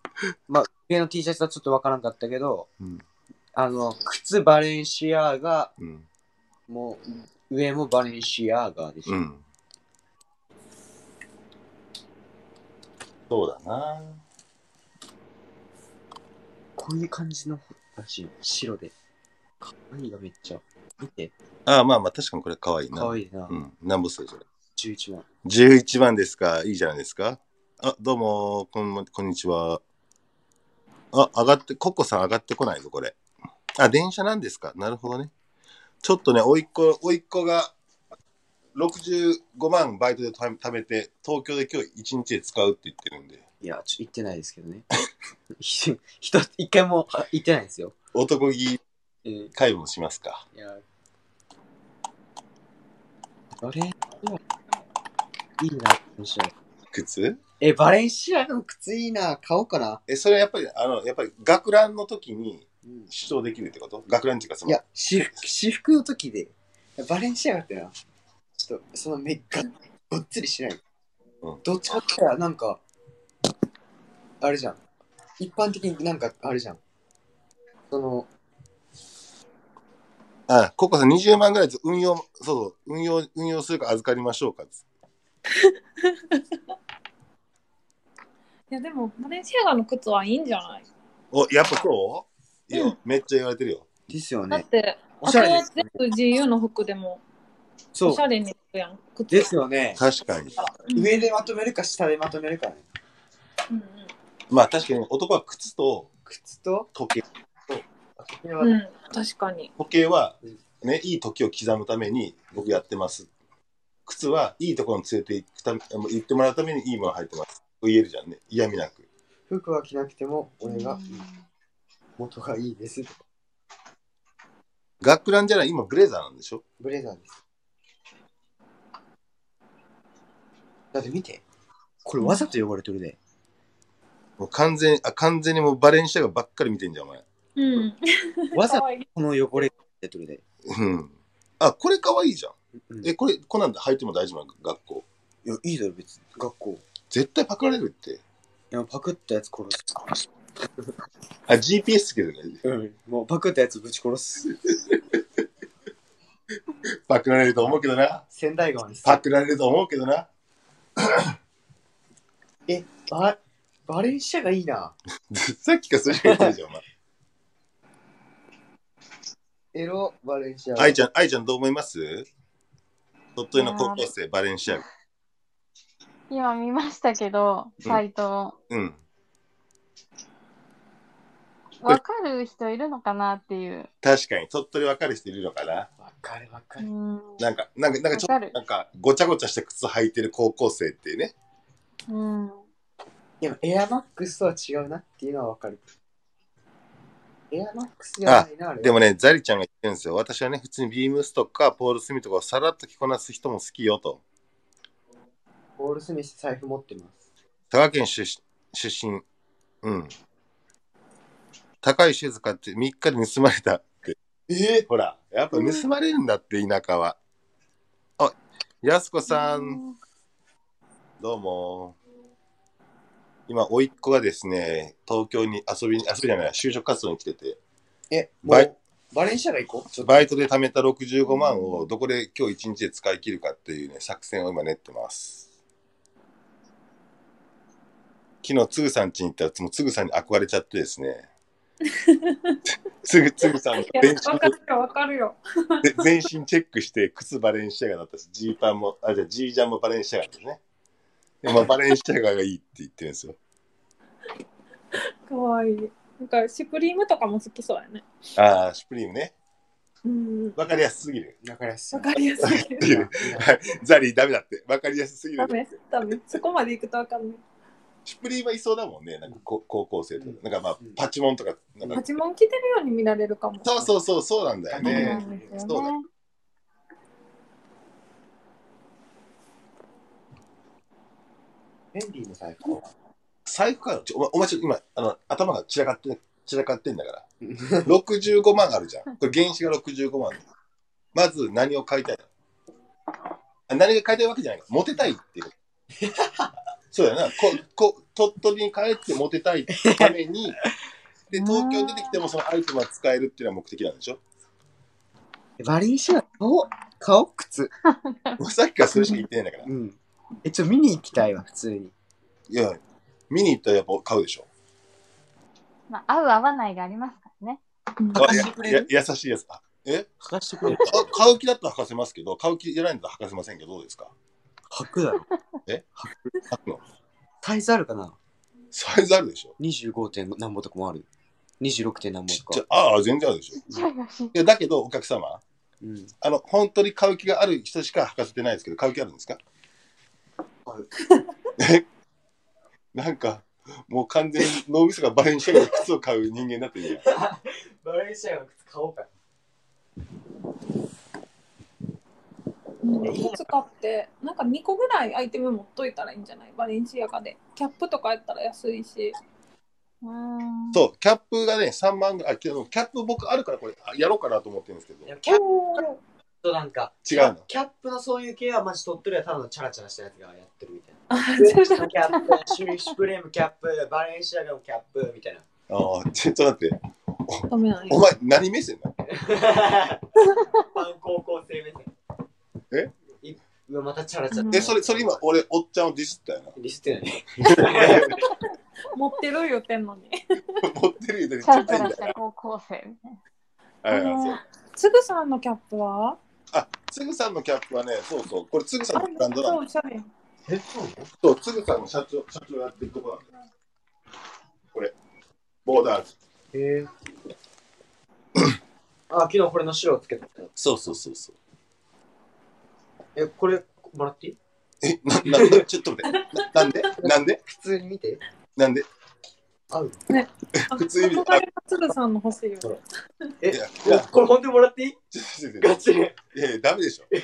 S1: まあ上の T シャツはちょっとわからんかったけど、
S2: うん
S1: あの靴バレンシアガ
S2: うん
S1: もう上もバレンシアガでしょ、
S2: うんそうだな
S1: こういう感じのらしい白でかわいいがめっちゃ見て
S2: ああまあまあ確かにこれ可愛いな
S1: かわいいな、
S2: うん何ぼするそれ
S1: 11万
S2: 11番ですかいいじゃないですかあどうもこんこんにちはあ上がってコッコさん上がってこないぞこれあ電車なんですかなるほどねちょっとね甥いっ子甥いっ子が65万バイトでた貯めて東京で今日1日で使うって言ってるんで
S1: いやちょ行ってないですけどね ひ一つ一回もあ行ってないですよ、
S2: 男気
S1: えー
S2: 解剖しますか
S1: いや。バレンシアいいな、バレンシア
S2: 靴
S1: え、バレンシアガの靴いいな、買おうかな。
S2: えそれはやっぱりあのやっぱり学ランの時に
S1: うん
S2: 主張できるってこと学ランっていうかそ
S1: い
S2: の
S1: や、私服、私服の時で、
S7: バレンシアガってな、ちょっとそのめっかごっつりしない。
S2: うん
S7: どっちかって言ったらなんか、あれじゃん。一般的になんかあれじゃん。その、
S2: あ、ココさん20万ぐらいずつ運用、そうそう、運用、運用するか預かりましょうかっつ。
S4: いやでもバレンシアガの靴はいいんじゃない
S2: お、やっぱそういいよ、めっちゃ言われてるよ。
S1: ですよ
S4: だっ
S1: ね。
S4: て、
S1: おしゃれです
S4: あとは全部自由の服でも
S1: そ
S4: お
S1: う
S4: し。ゃれにするやん。靴
S1: ですよね。
S2: 確かに。
S7: 上でまとめるか下でまとめるかね。
S4: うん
S2: まあ確かに男は靴と
S7: 靴と、
S2: 時計。
S7: これは
S4: うん、うん、確かに。
S2: 時計は、ね、いい時を刻むために僕やってます。靴はいいところに連れて行くため、言ってもらうためにいいもの入ってます。言えるじゃんね。嫌味なく。
S7: 服は着なくても俺が元がいいです。
S2: 学ランじゃない、今ブレザーなんでしょ
S7: ブレザーです。だって見て、
S1: これわざと汚れてるで。
S2: もう完全、あ、完全にもうバレンシアガばっかり見てんじゃん、お前。
S4: うん。
S1: わざ
S4: か
S1: と
S4: わいい。
S1: この汚れてるで。
S2: うん。あ、これ可愛いじゃん。
S1: うん
S2: え、これ、こんなんで履いても大丈夫なの学校。
S1: いや、いいだろ、別に。学校。い
S2: 絶対パクられるって。
S1: や、パクったやつ殺す。
S2: あ、GPS つけてね。
S1: うん。もうパクったやつぶち殺す。
S2: パクられると思うけどな。
S7: 仙台川です。
S2: パクられると思うけどな。
S7: ババレンシアがいいな。
S2: さっきからそれしか言ってるじゃん、お前。
S7: エロバレンシアガ。
S2: 愛ちゃん、愛ちゃんどう思います鳥取の高校生、バレンシアガ。
S5: 今見ましたけど、サイト
S2: うん。
S5: を。わかる人いるのかなっていう。
S2: 確かに、鳥取分かる人いるのかな。
S7: わかるわか
S5: う
S7: る。
S5: ん。
S2: なんか、なんか、なんかちょっ
S5: わかる
S2: と、なんか、ごちゃごちゃした靴履いてる高校生ってね。
S5: うん。
S7: でもエアマックスとは違うなっていうのはわかる。エアマックスじゃないな、あれ。
S2: でもね、ザリちゃんが言ってるんですよ。私はね、普通にビームスとか、ポール・スミとかをさらっと着こなす人も好きよと。
S7: ポール・スミス財布持ってます。
S2: 佐賀県出出身。うん。高いシューズ買って3日で盗まれたって。えほら、やっぱ盗まれるんだって、田舎は。あ、やすこさん、どうも。今、甥いっ子がですね、東京に遊びに、遊びじゃない、就職活動に来てて、
S7: え、も
S2: バイ
S7: うバレンシアが行こう。ちょっと
S2: バイトで貯めた65万をどこで今日1日で使い切るかっていうね、作戦を今練ってます。昨日、つぐさん家に行ったら、もうつぐさんに憧れちゃってですね、つぐつぐさんの
S4: いや
S2: 全
S4: わかるよ、わかるよ。
S2: 身全身チェックして、靴バレンシアガだったし、ジーパンも、あ、じゃあジージャンもバレンシアガですね。でまあ、バレンシアガがいいって言ってるんですよ。
S4: かわいい。なんか、シュプリームとかも好きそうやね。
S2: ああ、シュプリームね。
S4: うん
S2: わかりやすすぎる。
S7: わかりやすい
S4: わ。かりやすい
S2: りやはいザリーダメだって。わかりやすすぎ
S4: ダ
S2: る。
S4: メダメそこまで行くとわかんない
S2: シュプリーはいそうだもんね。なんかこ高校生と
S7: うん
S2: か。なんかまあ
S7: うん、
S2: パチモンとか。なんか
S4: 八問来てるように見られるかも
S2: そうそうそう、そうなんだよ
S5: そう
S2: ね
S5: な。んです
S2: そう
S5: よ
S2: だ
S5: ね。
S7: メンディーの財布。
S2: 財布かよ。ちょお前、お前ちょっと今、あの、頭が散らかって、散らかってんだから。65万あるじゃ ん。これ原資が65万。まず何を買いたいのあ何が買いたいわけじゃないから。モテたいって いう。そうだよな。ここ鳥取に帰ってモテたいため に、で、東京出てきてもそのアイテムは使えるっていうのは目的なんでしょ
S1: バレンシアガ顔顔靴
S2: もうさっきからそれしか言ってないんだから。
S1: うんえちょ見に行きたいわ普通に
S2: いや、見に行ったらやっぱ買うでしょ。
S5: まあ、合う合わないがありますからね。
S2: あやや優しいやつ。あえ
S1: 履かしてくれる
S2: か買う気だったら履かせますけど、買う気じゃないんだったら履かせませんけど、どうですか
S1: 履くだろ
S2: 履くの
S1: サイズあるかな
S2: サイズあるでしょ
S1: 25. 点何ぼとかもある 26. 点何ぼ
S2: ちっ
S1: と
S2: ちゃ
S1: か
S2: い。ああ、全然あるでしょ。い
S5: ちっちゃいらしい。
S2: や、だけど、お客様、
S1: うん
S2: あの、本当に買う気がある人しか履かせてないですけど、買う気あるんですか
S7: ある
S2: え なんか、もう完全に脳みそがバレンシアガの靴を買う人間だって言うやん
S7: バレンシアガの靴買おうか。
S4: うんいつ買ってなんか2個ぐらいアイテム持っといたらいいんじゃないバレンシアガでキャップとかやったら安いし
S5: うーん。
S2: そう、キャップがね、3万ぐらい、あけどキャップ僕あるからこれ、あやろうかなと思ってるんですけど
S7: い、やキャップ
S4: おー
S7: となんか、
S2: 違うの
S7: キャップのそういう系はマジ鳥取はただのチャラチャラしたやつがやってるみたいな。
S4: あ
S7: キ
S4: ちょっと
S7: ャップ、シュシュプレームキャップ、バレンシアガのキャップみたいな。
S2: ああ、ちょっと待って、
S4: ダメなんや
S2: お前、何目線なの
S7: パン高校生目線。えうわ、またチャラチャラ。
S2: え、それ、それ今、俺、おっちゃんをディスったよな。
S7: リスってない。
S4: 持ってる言ってんのに
S2: 持ってるよ、でも
S5: チ
S2: ち
S5: ャ
S2: ょ
S5: ラ
S2: っ
S5: チ
S2: といいん
S5: ャラ
S2: だ
S5: し。た高校生みたいな。
S2: はいはいそう
S4: つぐさんのキャップは
S2: あ、つぐさんのキャップはね、そうそう、これつぐさ
S4: あ
S2: んの
S4: め
S2: ブ
S4: っ
S2: ランドな
S4: ちゃ
S2: の。
S4: おしゃれやん
S7: え、そう
S2: そう、つぐさんの社長、社長やってるとこなんだよ。これ、ボーダーズ。
S7: えあ、昨日これの白をつけた。
S2: そうそうそうそう。
S7: え、これもらっていい
S2: え、な、な、なちょっと待って。ななんでなんで
S7: 普通に見て。
S2: なんで
S7: 合う
S4: あ
S2: 普通に
S4: 憧れのつぐさんの欲しいよ
S7: え
S2: いやいや、
S7: これ本当にもらっていい
S2: ちょっと
S7: ガ
S2: 待って。
S7: チで。
S2: いやいや、ダメでしょ。ダ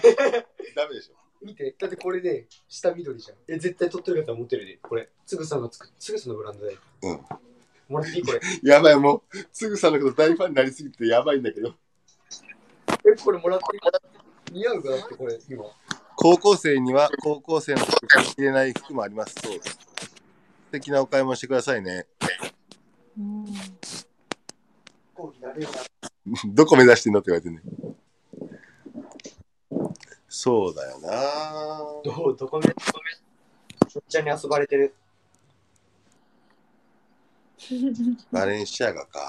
S2: メでしょ。
S7: 見て、だってこれで、下緑じゃん。え、絶対取ってる方は持ってるで。これ、つぐさんがつく、つぐさんのブランドで。
S2: うん。
S7: もらっていいこれ。
S2: やばい、もう、つぐさんのこと大ファンになりすぎてやばいんだけど。
S7: え、これもらっていい似合うかなって、これ、今。
S2: 高校生には高校生の服が着れない服もあります。そうです。素敵なお買い物してくださいね。
S5: うん。
S7: 講義なれるな。
S2: どこ目指してんのって言われてね。そうだよな
S7: どう、どこめ、どこめ。そっちゃんに遊ばれてる。
S2: バレンシアガか。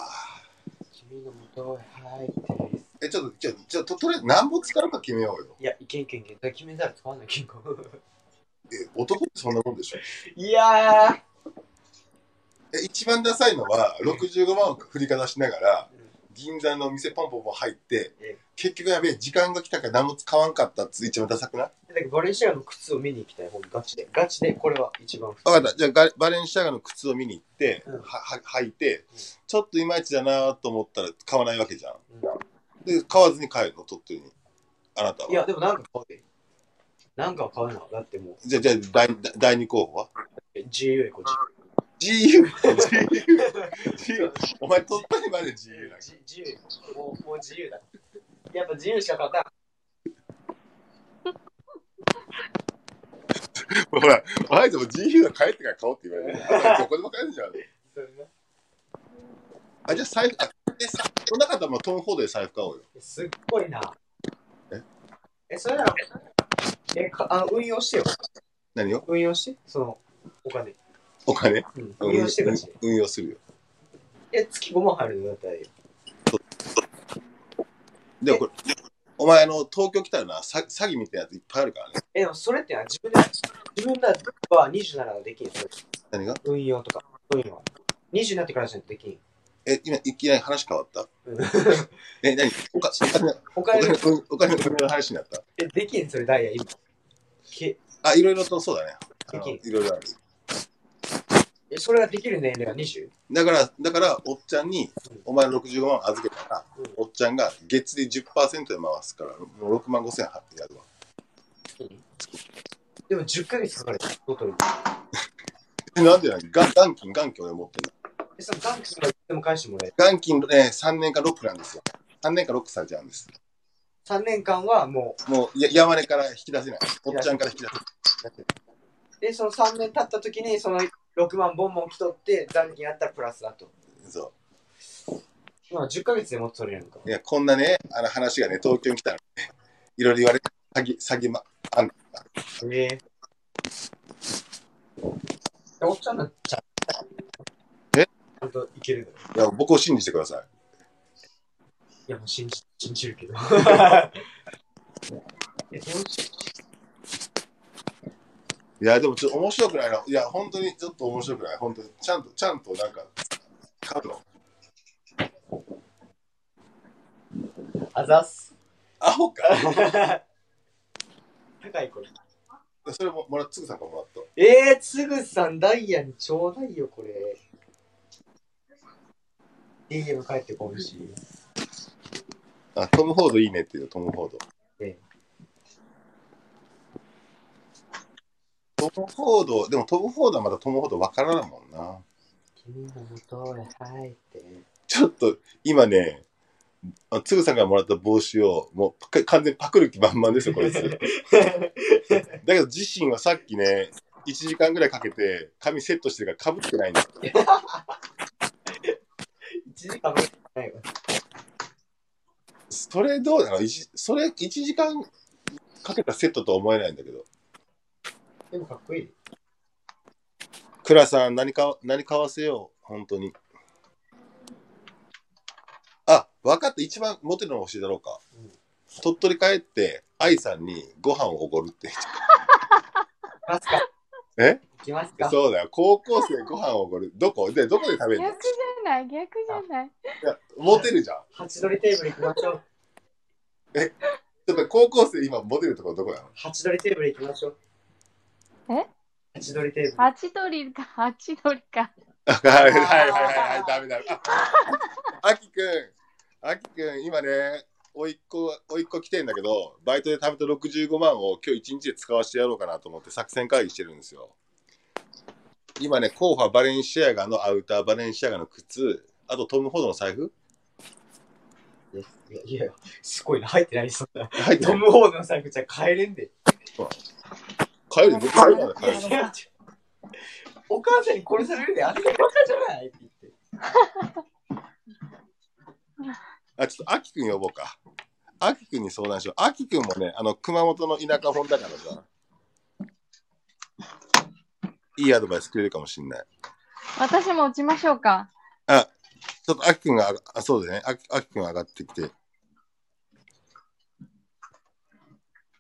S7: 君の元へ入ってです。
S2: え、ちょっと、ちょっと、ちょっと、とりあえず何本使うか決めようよ。
S7: いや、いけんいけんいけん。だから決めたら使わないけんこ。
S2: え、男ってそんなもんでしょ。
S7: いやー。
S2: え、一番ダサいのは、65万を振りかざしながら、銀座のお店ポンポンポン入って
S7: ええ、
S2: 結局やべえ、時間が来たから何も使わんかったっつ一番ダサくない
S7: だからバレンシアガの靴を見に行きたい。ほんとガチで。ガチで、これは一番普通。
S2: わかった。じゃあガ、バレンシアガの靴を見に行って、
S7: うん
S2: は、は、履いて
S7: うん、
S2: ちょっといまいちだなと思ったら買わないわけじゃん。
S7: う
S2: で、買わずに帰るの、鳥取に。あなたは。
S7: んいや、でもなんか買うで。なんかは買うな。だってもう
S2: じゃあ、じゃあ、第第二候補は
S7: え、GU へこっち。
S2: ?GU! GU! お前、鳥取まで GU だ
S7: 自自由もうもう自由だやっぱ自由しか勝たん
S2: ほら、お前でも GU が帰ってから買おうって言われて、あどこでも買えるじゃん。
S7: それな
S2: あ、じゃあ、財布、あ、で、さ、その中でもトンフォードで財布買おうよ。
S7: すっごいな
S2: え
S7: えそれならえかあの運用してよ
S2: 何を
S7: 運用してそのお金、
S2: お金
S7: うん、
S2: うん
S7: 運用してくし
S2: 運用するよ。
S7: え月5万入るのだったらいいよ
S2: でもこれ、お前、あの、東京来たらな、詐詐欺みたいなやついっぱいあるからね。
S7: えでもそれってな自分で自分だとは27ができんそれ
S2: 何が
S7: 運用とかそういうのは20になってからじゃできん
S2: ええ、今、いきなり話変わ った。え、何おかお金のお
S7: お金
S2: 金
S7: の
S2: のお金の取りの話になった。
S8: え、できんそれ、ダイヤ、今。け
S2: あ、いろいろとそうだね。あの
S8: で
S2: いろいろある。
S8: えそれはできる年齢が 20?
S2: だから、だから、おっちゃんに
S8: うん、
S2: お前の65万預けたら
S8: うん、
S2: おっちゃんが月で10%で回すから、もう6万5千やるわ。
S8: でも10ヶ月かかるよトトリ。
S2: えなんでなんが元金、元金俺持ってる。
S8: え、そのダンクスがいつでも返してもらえる。
S2: 元金ね、3年かロックなんですよ。3年かロックされちゃうんです。
S8: 3年間はも、
S2: もう、や山根から引き出せない。おっちゃんから引き出せない。
S7: で、その3年経った時に、その6万ボンボン来とって、残金あったらプラスだと。
S2: そう
S8: まあ10ヶ月でもっと取れるのか。
S2: う。いや、こんなね、あの話がね、東京に来たら、ね、いろいろ言われて、詐欺、詐欺ま、あん
S8: ええおっちゃんなっちゃう。
S2: え
S8: ちゃんといけるの
S2: いや、僕を信じてください。
S8: いや、もう信じ、信じるけど。え、どうし
S2: いや、でもちょっと面白くないな。いや、本当にちょっと面白くない。本当に、ちゃんと、ちゃんとなんか、買うの。
S7: あざっす。
S2: アホ か。
S8: 高いこれ。
S2: それも、もらっ、つぐさんからもらった。
S7: えー、つぐさん、ダイヤにちょうだいよ、これ。
S8: DM 帰ってこるし。
S2: あ、トム・フォードいいねっていうトム・フォード。
S8: え
S2: トム・フォード、でもトム・フォードはまだトム・フォードわからないもんな。
S8: 君の元へ入って。
S2: ちょっと今ね、あつぐさんからもらった帽子を、もうか完全にパクる気満々ですよ、こいつ。だけど自身はさっきね、1時間ぐらいかけて髪セットしてるから被ってないんだよ。
S8: 1時間もないわ。
S2: それどうなのいちそれ1時間かけたセットとは思えないんだけど。
S8: でもかっこいい。
S2: 倉さん、何か、何買わせよう、本当に。あ、分かった、一番モテるの欲しいだろうか。
S8: うん
S2: 鳥取帰って、愛さんにご飯をおごるって言って。
S7: 行きますか
S2: え
S7: 行きますか
S2: そうだよ、高校生ご飯をおごる。どこで、どこで食べるのい
S5: 逆じゃない、逆じゃない。
S2: や、モテるじゃん。
S7: ハチドリテーブル行きましょう。
S2: ちょっと高校生、今、モテるところどこなの
S7: ハチドリテーブル行きましょう。
S5: え
S7: ハチドリテーブル。
S5: ハチドリか、ハチドリか。
S2: はいはいはいはいはい、ダメダメ。ああきくん、あきくん、今ね、おいっ子、おいっ子来てんだけど、バイトで貯めた65万を今日一日で使わせてやろうかなと思って作戦会議してるんですよ。今ね、候補はバレンシアガのアウター、バレンシアガの靴、あとトム・フォードの財布
S8: いや、いや、すごいな。入ってないそんな。
S2: 入って
S8: トム・ホードの財布じゃ帰れんで。
S2: 帰る、帰る、帰る。
S7: お母さんに殺されるで、あんたバカじゃないって言って。
S2: あ、ちょっと、あきくん呼ぼうか。あきくんに相談しよう。あきくんもね、あの、熊本の田舎本だからさ。いいアドバイスくれるかもしんない。
S5: 私も落ちましょうか。
S2: あ、ちょっと、あきくんが、あ、そうだね。あきあきくん上がってきて。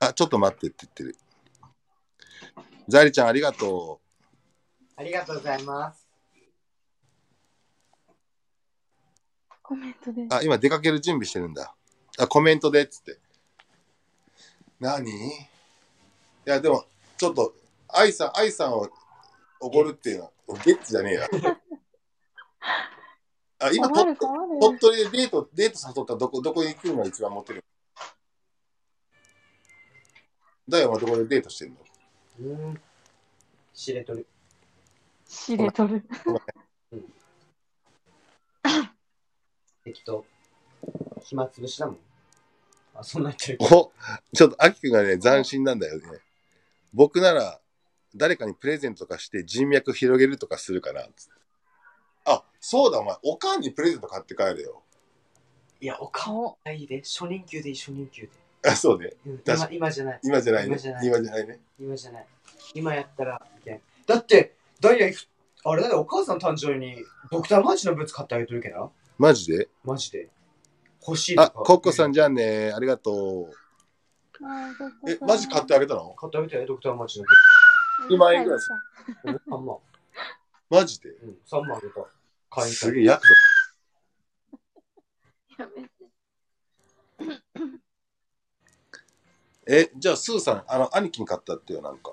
S2: あ、ちょっと待ってって言ってる。ザリちゃん、ありがと
S7: ありがとうございます。
S5: コメントで
S2: う。。あ、今出かける準備してるんだ。あ、コメントでっつって。何いや、でも、ちょっと、愛さん、愛さんを怒るっていうのは、ゲッツじゃねえよ。あ、今、
S5: 困
S2: 鳥
S5: る、困る。
S2: 鳥取でデート、デート誘ったらどこ、どこに行くのが一番モテるだよ、どこでデートしてるの
S8: うーん。知れとる。
S5: 知れとる。
S8: 適当。暇つぶしだもん。あ、そんなんやってる。
S2: おちょっと、あきくんがね、斬新なんだよね。僕なら、誰かにプレゼントとかして人脈広げるとかするかな。つってあ、そうだ、お前、おかんにプレゼント買って帰れよ。
S7: いや、お顔ないいで。初任給でいい、初任給で。
S2: あ、そうね。
S7: うん
S2: 確か
S7: 今今じゃない。
S2: 今じゃないね。
S7: 今
S2: 今
S7: じ
S2: じ
S7: ゃ
S2: ゃ
S7: な
S2: ないいね。
S7: 今じゃない。今やったらいけん。だって、ダイヤ、あれだよ、お母さん誕生日にドクターマーチのブーツ買ってあげてるけどな。
S2: マジで
S7: マジで。欲しいと
S2: あ、
S7: か。
S2: コッコさんじゃあね。ありがとう。え、マジ買ってあげたの
S7: 買ってあげてよ、ドクターマーチの
S2: 2万円ぐらいです
S7: ブーツ。3万。
S2: マジで
S7: うん、3万あげた。買いに行った
S2: すげえ、ヤクザ。
S5: やめて。
S2: えじゃあスーさんあの兄貴に買ったってよなんか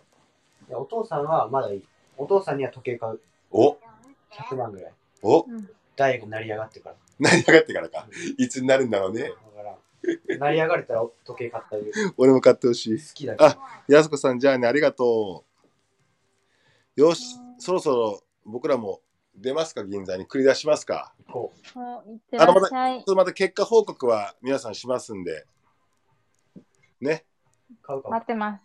S7: いやお父さんはまだいい。お父さんには時計買う。
S2: お
S7: 100万ぐらい。
S2: お
S5: うん
S7: 大が成り上がってから。
S2: 成り上がってからか
S7: うん
S2: いつになるんだろうね
S7: だから、成り上がれたら時計買ったり、好
S2: 俺も買ってほしい
S7: きだけど
S2: あやすこさんじゃあねありがとうよしそろそろ僕らも出ますか銀座に繰り出しますか
S7: 行こう。
S5: もう、いってらっしゃい
S2: ちょっ。とまた結果報告は皆さんしますんでね
S7: 買うかも
S5: 待。ってます。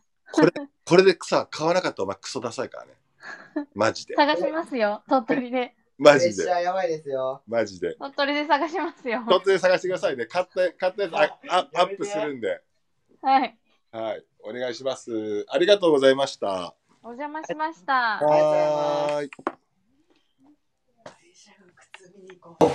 S2: これでさ買わなかったらお前クソダサいからね マジで
S5: 探しますよ。鳥取で。
S2: マジ
S7: プレッシ
S2: で
S7: ャーやばいですよ。
S2: マジで
S5: 鳥取で探しますよ。
S2: 突然探してくださいね買った買ったやつああアップするんで
S5: はい。
S2: はいお願いしますありがとうございました
S5: お邪魔しました。
S7: がとうございます
S2: はーい
S9: 靴見に行こう。